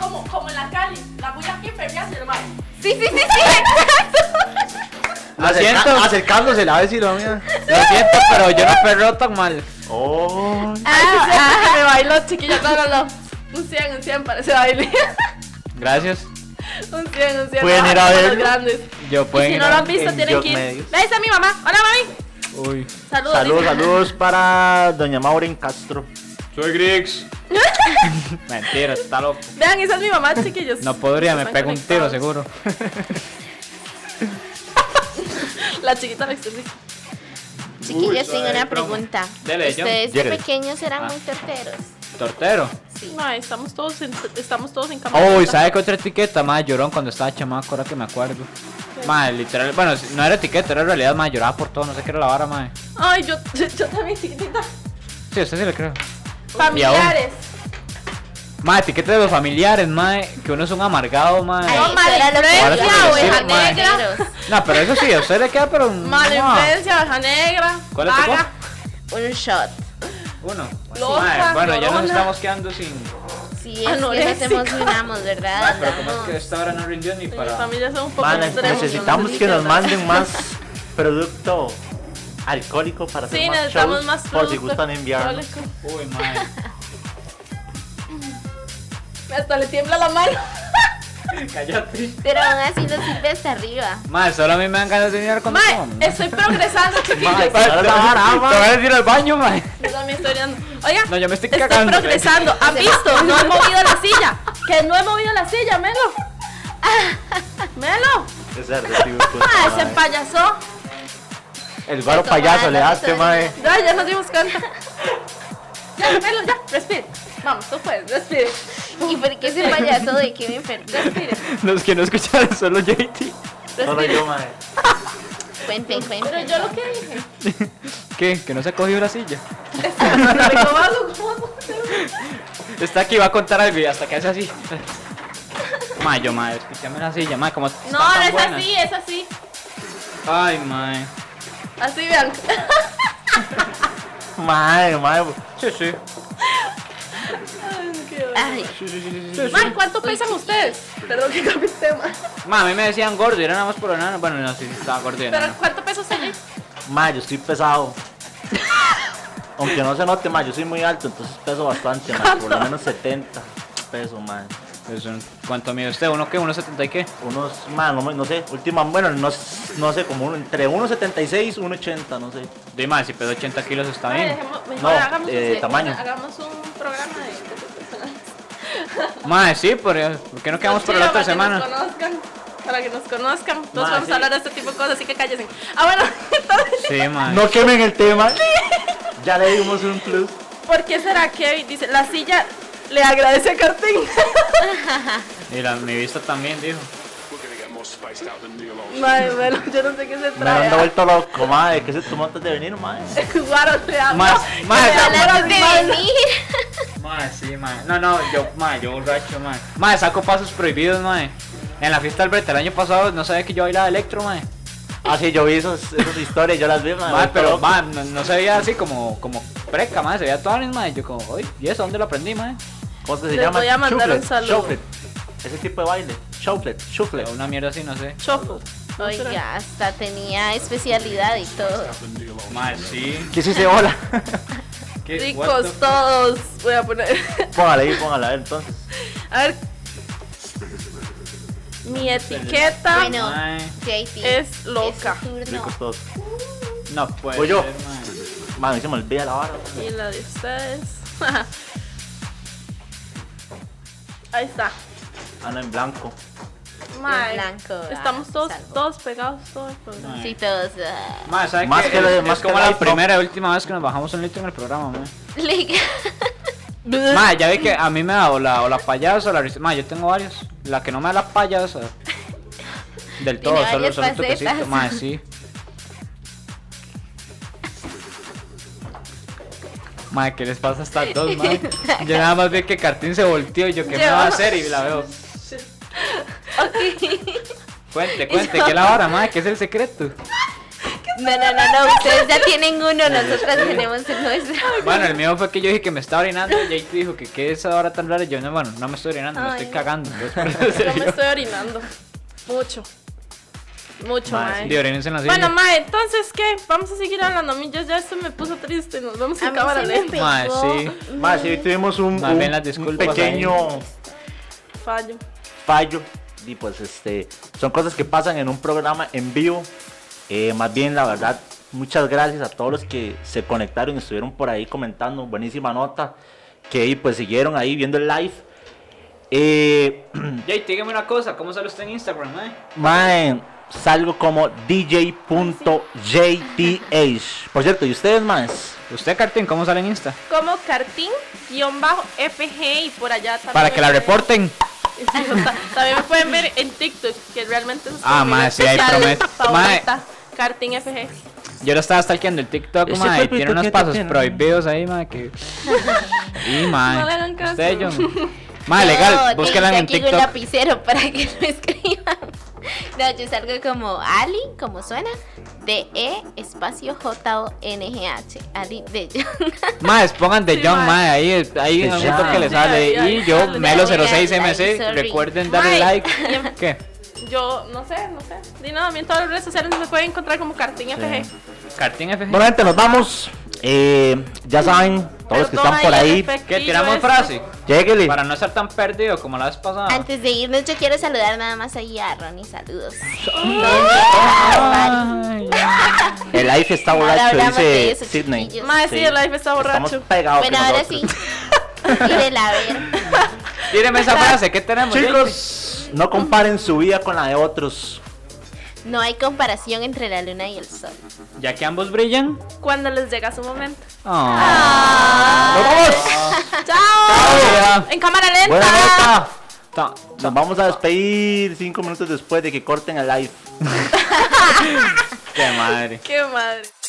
[SPEAKER 3] Como, como en la Cali, la voy aquí perrear y el Mae.
[SPEAKER 4] Sí, sí, sí, sí, exacto.
[SPEAKER 2] Lo siento,
[SPEAKER 1] Acerca- Acercándose la vez y lo mía.
[SPEAKER 2] lo siento, pero yo no perro tan mal.
[SPEAKER 1] Oh.
[SPEAKER 4] Ah,
[SPEAKER 3] Ah, me bailó, chiquilla. No, no, no. Un 100, un 100 para ese baile.
[SPEAKER 2] Gracias.
[SPEAKER 3] un 100, un 100.
[SPEAKER 1] Pueden ir a
[SPEAKER 3] Los
[SPEAKER 1] verlo.
[SPEAKER 3] grandes.
[SPEAKER 2] Yo
[SPEAKER 3] Y
[SPEAKER 2] pueden
[SPEAKER 3] si
[SPEAKER 2] ir
[SPEAKER 3] no lo
[SPEAKER 2] a-
[SPEAKER 3] han visto,
[SPEAKER 1] en
[SPEAKER 3] tienen
[SPEAKER 1] Dios
[SPEAKER 3] que ir.
[SPEAKER 1] medios.
[SPEAKER 3] Ahí está mi mamá. Hola, mami.
[SPEAKER 2] Uy.
[SPEAKER 3] Saludos.
[SPEAKER 1] Saludos,
[SPEAKER 3] dice.
[SPEAKER 1] saludos para doña Maureen Castro.
[SPEAKER 2] Soy Griggs. Mentira, está loco.
[SPEAKER 3] Vean, esa es mi mamá, chiquillos.
[SPEAKER 2] No podría, me
[SPEAKER 3] Están
[SPEAKER 2] pego un tiro
[SPEAKER 3] conectados.
[SPEAKER 2] seguro.
[SPEAKER 3] La chiquita del exorcista.
[SPEAKER 4] Chiquillos,
[SPEAKER 2] Uy,
[SPEAKER 4] tengo
[SPEAKER 2] ay,
[SPEAKER 4] una
[SPEAKER 2] promo.
[SPEAKER 4] pregunta.
[SPEAKER 2] Dele, John.
[SPEAKER 4] ¿Ustedes de
[SPEAKER 1] Lléguele.
[SPEAKER 4] pequeños eran
[SPEAKER 2] Ah.
[SPEAKER 4] muy certeros?
[SPEAKER 2] Tortero.
[SPEAKER 4] Sí.
[SPEAKER 3] No, estamos todos en, estamos todos en cama.
[SPEAKER 2] Uy, Oh, ¿sabe qué otra etiqueta? Más llorón cuando estaba chamaco, ahora que me acuerdo. Más, literal, bueno, si- no era etiqueta, era en realidad, más lloraba por todo, no sé qué era la vara, más.
[SPEAKER 3] Ay, yo, yo, yo también chiquitita.
[SPEAKER 2] Sí, usted sí le creo.
[SPEAKER 3] Familiares.
[SPEAKER 2] Más, etiqueta de los familiares, más, que uno es un amargado, más.
[SPEAKER 4] Ay,
[SPEAKER 3] No,
[SPEAKER 4] eso
[SPEAKER 3] mala
[SPEAKER 4] era lo que
[SPEAKER 3] influencia,
[SPEAKER 4] decían los
[SPEAKER 2] oveja
[SPEAKER 3] negra.
[SPEAKER 4] certeros.
[SPEAKER 2] No, pero eso sí, a usted le queda, pero. un-
[SPEAKER 3] Mala
[SPEAKER 2] no.
[SPEAKER 3] influencia, baja negra,
[SPEAKER 2] ¿Cuál le
[SPEAKER 3] vaga.
[SPEAKER 4] Un shot.
[SPEAKER 2] Uno.
[SPEAKER 3] Loca,
[SPEAKER 2] Mae, bueno, ya nos
[SPEAKER 3] llorona.
[SPEAKER 2] estamos quedando sin.
[SPEAKER 4] Sí, es que nos
[SPEAKER 3] Anoréxica.
[SPEAKER 4] emocionamos, ¿verdad?
[SPEAKER 2] Ah, Pero como es que
[SPEAKER 4] Andamos.
[SPEAKER 2] esta hora no rindió ni
[SPEAKER 3] Para...
[SPEAKER 2] para.
[SPEAKER 3] Familias son un poco
[SPEAKER 1] Van,
[SPEAKER 3] extremos,
[SPEAKER 1] necesitamos
[SPEAKER 3] ¿no?
[SPEAKER 1] que nos manden más producto alcohólico para hacer
[SPEAKER 3] Sí,
[SPEAKER 1] más
[SPEAKER 3] necesitamos
[SPEAKER 1] shows,
[SPEAKER 3] más
[SPEAKER 1] por si
[SPEAKER 3] producto.
[SPEAKER 1] gustan enviarnos.
[SPEAKER 3] Yo le-
[SPEAKER 2] Uy, madre.
[SPEAKER 3] Hasta le tiembla la mano.
[SPEAKER 2] Cállate.
[SPEAKER 4] Pero aún así nos sirve hasta arriba.
[SPEAKER 2] Madre, solo a mí me dan ganas de mirar cuando
[SPEAKER 3] Mae,
[SPEAKER 2] como, ¿no?
[SPEAKER 3] estoy progresando,
[SPEAKER 1] Mae,
[SPEAKER 3] chiquillos.
[SPEAKER 1] te vas a lavar, ah,
[SPEAKER 2] Te
[SPEAKER 1] mae.
[SPEAKER 2] voy a decir al baño, madre.
[SPEAKER 3] Yo también estoy orando. Oiga,
[SPEAKER 2] No, yo me estoy cagando.
[SPEAKER 3] progresando. ¿Han visto? No he movido la silla. Que no he movido la silla, Melo. Melo.
[SPEAKER 1] Es verdad, sí, puta
[SPEAKER 3] Ah, ese
[SPEAKER 1] madre.
[SPEAKER 3] payaso.
[SPEAKER 1] El varo payaso le daste, mae.
[SPEAKER 3] Ya, ya nos dimos cuenta. Ya, Melo, ya. Respire. Vamos, tú puedes. Respire.
[SPEAKER 4] ¿Y por qué ese payaso de qué me enfermé?
[SPEAKER 3] Respire.
[SPEAKER 2] Los que no escucharon solo JT.
[SPEAKER 1] Solo
[SPEAKER 3] Respire.
[SPEAKER 1] yo, mae.
[SPEAKER 4] Cuenten,
[SPEAKER 3] Pero
[SPEAKER 4] cuenten.
[SPEAKER 3] yo lo que dije.
[SPEAKER 2] ¿Qué? Que no se ha cogido la silla.
[SPEAKER 3] ¿Cómo hago? ¿Cómo hago?
[SPEAKER 2] Está aquí, va a contar al video hasta que hace así. Mayo, madre, escúchame la silla, madre, como. están
[SPEAKER 3] No,
[SPEAKER 2] tan
[SPEAKER 3] no es
[SPEAKER 2] buenas.
[SPEAKER 3] así, es así.
[SPEAKER 2] Ay, madre.
[SPEAKER 3] Así, vean.
[SPEAKER 1] Mae, mae.
[SPEAKER 2] Sí, sí.
[SPEAKER 4] Ay,
[SPEAKER 2] Sí, sí, sí, sí, sí.
[SPEAKER 3] Mae, ¿cuánto pesan ustedes? Perdón que cambié el tema.
[SPEAKER 2] Ma, a mí me decían gordo, era nada más por enano. Bueno, no sé si estaba gordo y
[SPEAKER 3] Pero
[SPEAKER 2] enano.
[SPEAKER 3] ¿cuánto peso se
[SPEAKER 1] Mae, yo estoy pesado. Aunque no se note, mae, yo soy muy alto, entonces peso bastante, mae. Por lo menos 70 pesos, mae.
[SPEAKER 2] Pues, ¿Cuánto mide usted? ¿Uno qué? ¿Uno setenta y qué?
[SPEAKER 1] Unos, mae, no, me- no sé, última, bueno, no, no sé, como uno, entre 1,76 y 1,80, no sé.
[SPEAKER 2] De más, si pedo 80 kilos está
[SPEAKER 3] Mae,
[SPEAKER 2] bien.
[SPEAKER 3] dejemos- mejor
[SPEAKER 1] No,
[SPEAKER 3] hagamos
[SPEAKER 1] eh,
[SPEAKER 3] así,
[SPEAKER 1] tamaño.
[SPEAKER 3] Hagamos un programa de cosas personales.
[SPEAKER 2] Ma, sí, por, ¿por qué no quedamos para la
[SPEAKER 3] Sí,
[SPEAKER 2] otra
[SPEAKER 3] Para que
[SPEAKER 2] semana?
[SPEAKER 3] nos conozcan. Para que nos conozcan. Todos
[SPEAKER 1] Mae,
[SPEAKER 3] vamos
[SPEAKER 1] sí.
[SPEAKER 3] a hablar de este tipo de cosas, así que cállese. Ah, bueno, entonces,
[SPEAKER 2] Ah, Sí, ma.
[SPEAKER 1] No quemen el tema. Ya le dimos un plus.
[SPEAKER 3] ¿por qué será que dice la silla le agradece a Cartín?
[SPEAKER 2] Y la, mi vista también, dijo.
[SPEAKER 5] Porque digamos,
[SPEAKER 3] Mae, bueno, yo no sé qué se
[SPEAKER 1] Me anda
[SPEAKER 3] trae.
[SPEAKER 1] vuelto loco, madre. ¿Qué se tomó antes de venir, madre?
[SPEAKER 3] Guaro, te amo.
[SPEAKER 2] Más- más-
[SPEAKER 3] Te amo,
[SPEAKER 4] Hablar de
[SPEAKER 3] hermano.
[SPEAKER 4] venir.
[SPEAKER 2] Mae, sí, mae. No, no, yo, mae, yo borracho, mae. Mae, saco pasos prohibidos, mae. En la fiesta del Brete el año pasado no sabía que yo bailaba electro, mae.
[SPEAKER 1] Ah, sí, yo vi esas, esas historias, yo las vi, madre.
[SPEAKER 2] Mae,
[SPEAKER 1] vuelto
[SPEAKER 2] pero,
[SPEAKER 1] loco.
[SPEAKER 2] mae, no, no se veía así como, como preca, mae. Se veía toanes, mae. Yo como, oye, ¿y eso dónde lo aprendí, mae?
[SPEAKER 1] ¿Cómo se
[SPEAKER 3] Les
[SPEAKER 1] llama?
[SPEAKER 3] voy a mandar un
[SPEAKER 1] Shufflet,
[SPEAKER 3] saludo.
[SPEAKER 1] shufflet. Ese tipo de baile. Shufflet, shufflet.
[SPEAKER 2] Una mierda así, no sé.
[SPEAKER 3] Chofo. No sé.
[SPEAKER 4] Oiga, hasta tenía especialidad y todo.
[SPEAKER 2] Mae, sí.
[SPEAKER 1] ¿Qué se hola?
[SPEAKER 2] ¿Qué, Eh, what the
[SPEAKER 3] Ricos
[SPEAKER 2] f-
[SPEAKER 3] todos. Voy a poner.
[SPEAKER 1] póngala ahí, póngala ahí, entonces.
[SPEAKER 3] A ver. Mi etiqueta
[SPEAKER 4] Bueno,
[SPEAKER 2] Mae,
[SPEAKER 4] JT.
[SPEAKER 3] es loca.
[SPEAKER 4] tu turno.
[SPEAKER 1] Ricos todos.
[SPEAKER 2] no puede
[SPEAKER 1] Voy yo.
[SPEAKER 2] ser, mae.
[SPEAKER 1] Madre, se me olvida la vara.
[SPEAKER 3] Y la de ustedes. Ahí está.
[SPEAKER 1] Ana en blanco.
[SPEAKER 3] Mae,
[SPEAKER 4] blanco, ah,
[SPEAKER 3] Estamos todos,
[SPEAKER 4] salvo.
[SPEAKER 3] todos pegados todo el programa.
[SPEAKER 4] Sí, todos. ah.
[SPEAKER 2] Mae, ¿sabes
[SPEAKER 1] Más
[SPEAKER 2] qué?
[SPEAKER 1] que lo-
[SPEAKER 2] es,
[SPEAKER 1] más
[SPEAKER 2] es
[SPEAKER 1] que
[SPEAKER 2] como
[SPEAKER 1] lo
[SPEAKER 2] la
[SPEAKER 1] hizo.
[SPEAKER 2] primera y última vez que nos bajamos un litro en el programa, mae.
[SPEAKER 4] Liga.
[SPEAKER 2] Mae, ya vi que a mí me da o la, o la payasa o la risa. Mae, yo tengo varios. La que no me da la payasa. Del todo,
[SPEAKER 4] Tiene
[SPEAKER 2] solo,
[SPEAKER 4] varias
[SPEAKER 2] solo un toquecito.
[SPEAKER 4] facetas.
[SPEAKER 2] Mae, sí. Mae, ¿qué les pasa a estas dos, mae? Yo nada más vi que Cartín se volteó y yo, ¿qué me va a hacer? Y la veo. Cuente, cuente, ¿qué es la vara, mae? ¿Qué es el secreto?
[SPEAKER 4] No, no, no, no. Ustedes ya tienen uno, nosotras tenemos el nuestro.
[SPEAKER 2] Bueno, el mío fue que yo dije que me estaba orinando y JT dijo que qué es esa vara tan rara. Y yo, no, bueno, no me estoy orinando, me
[SPEAKER 3] Ay,
[SPEAKER 2] estoy
[SPEAKER 3] no.
[SPEAKER 2] cagando. entonces, por eso se
[SPEAKER 3] Yo me
[SPEAKER 2] dio.
[SPEAKER 3] estoy orinando. Mucho. Mucho, mae.
[SPEAKER 2] De orines en la silla.
[SPEAKER 3] Bueno, mae, entonces, ¿qué? Vamos a seguir hablando. A mí ya, ya esto me puso triste. Nos vamos a,
[SPEAKER 4] A mí
[SPEAKER 3] cámara
[SPEAKER 4] se me
[SPEAKER 3] lenta.
[SPEAKER 4] pegó.
[SPEAKER 2] Mae, sí.
[SPEAKER 1] Madre, sí, hoy tuvimos un,
[SPEAKER 2] Más
[SPEAKER 1] un-
[SPEAKER 2] bien las
[SPEAKER 1] un
[SPEAKER 2] disculpas ahí.
[SPEAKER 1] pequeño
[SPEAKER 3] Fallo.
[SPEAKER 1] fallo. Y pues, este, son cosas que pasan en un programa en vivo. Eh, más bien, la verdad, muchas gracias a todos los que se conectaron y estuvieron por ahí comentando. Buenísima nota. Que ahí, pues siguieron ahí viendo el live. Eh,
[SPEAKER 2] Jay, dígame una cosa, ¿cómo sale usted en Instagram, eh?
[SPEAKER 1] Mae, salgo como DJ.jth. Por cierto, ¿y ustedes, más?
[SPEAKER 2] ¿Usted, Cartín, cómo sale en Insta?
[SPEAKER 3] Como cartín-fg y por allá también.
[SPEAKER 2] Para que la
[SPEAKER 3] me-
[SPEAKER 2] reporten.
[SPEAKER 3] Sí, o sea, también me pueden ver en TikTok, que realmente es
[SPEAKER 2] Ah,
[SPEAKER 3] mi
[SPEAKER 2] mae,
[SPEAKER 3] red
[SPEAKER 2] sí, ahí
[SPEAKER 3] social
[SPEAKER 2] prometo.
[SPEAKER 3] favorita, Cartín FG.
[SPEAKER 2] Yo lo estaba stalkeando el TikTok,
[SPEAKER 1] Ese
[SPEAKER 2] mae, y
[SPEAKER 1] cuerpito
[SPEAKER 2] tiene unos
[SPEAKER 1] que
[SPEAKER 2] pasos
[SPEAKER 1] tiene.
[SPEAKER 2] prohibidos ahí, mae, que... Y, mae.
[SPEAKER 3] No le hagan caso.
[SPEAKER 2] Usted, John. Mae, legal,
[SPEAKER 4] No,
[SPEAKER 2] búsquela
[SPEAKER 4] dice
[SPEAKER 2] en
[SPEAKER 4] aquí un
[SPEAKER 2] TikTok.
[SPEAKER 4] lapicero para que lo escriban. No, yo salgo como Ali, como suena, de E espacio J O N G H. Ali de John.
[SPEAKER 2] Mae, pongan de
[SPEAKER 3] Sí,
[SPEAKER 2] John,
[SPEAKER 3] mae.
[SPEAKER 2] mae, ahí, ahí en
[SPEAKER 1] The
[SPEAKER 2] un momento
[SPEAKER 1] John.
[SPEAKER 2] que le
[SPEAKER 3] Sí,
[SPEAKER 2] sale.
[SPEAKER 3] ahí,
[SPEAKER 2] Y
[SPEAKER 3] ahí
[SPEAKER 2] yo,
[SPEAKER 3] sale.
[SPEAKER 4] Ay,
[SPEAKER 2] Melo06MC,
[SPEAKER 4] sorry.
[SPEAKER 2] recuerden darle
[SPEAKER 3] Mae.
[SPEAKER 2] like. ¿Qué?
[SPEAKER 3] Yo no sé, no sé. Dino, a mí en todas las redes sociales me pueden encontrar como Cartín FG.
[SPEAKER 2] Cartín
[SPEAKER 1] Bueno,
[SPEAKER 2] FG.
[SPEAKER 1] gente, nos vamos. Eh, ya saben, todos los que
[SPEAKER 3] Perdón
[SPEAKER 1] están por
[SPEAKER 3] el
[SPEAKER 1] ahí,
[SPEAKER 3] efectillo
[SPEAKER 2] ¿Qué, tiramos
[SPEAKER 3] este.
[SPEAKER 2] frase?
[SPEAKER 1] lléguenle.
[SPEAKER 2] Para no estar tan perdido como la vez pasada.
[SPEAKER 4] Antes de irnos, yo quiero saludar nada más ahí a Ronnie. Saludos.
[SPEAKER 2] Ay,
[SPEAKER 1] El live está
[SPEAKER 4] Ahora
[SPEAKER 1] borracho,
[SPEAKER 4] hablamos de
[SPEAKER 1] dice
[SPEAKER 4] eso,
[SPEAKER 1] Sidney.
[SPEAKER 4] chiquillos.
[SPEAKER 3] Mae, sí,
[SPEAKER 1] Sí.
[SPEAKER 3] el live está borracho.
[SPEAKER 1] Estamos pegados
[SPEAKER 4] bueno,
[SPEAKER 1] que
[SPEAKER 4] ahora sí.
[SPEAKER 1] nosotros.
[SPEAKER 4] Tírela, a ver.
[SPEAKER 2] Tíreme esa frase, ¿qué tenemos?
[SPEAKER 1] Chicos, no comparen su vida con la de otros.
[SPEAKER 4] No hay comparación entre la luna y el sol.
[SPEAKER 2] Jake? Ya que ambos brillan.
[SPEAKER 3] Cuando les llega su momento.
[SPEAKER 2] Ah.
[SPEAKER 1] ¡Nos vamos!
[SPEAKER 3] ¡Chao! En cámara
[SPEAKER 1] Buena
[SPEAKER 3] lenta.
[SPEAKER 1] nota.
[SPEAKER 2] Ta-
[SPEAKER 1] Nos vamos a despedir cinco minutos después de que corten el live.
[SPEAKER 2] Qué madre.
[SPEAKER 3] Qué madre.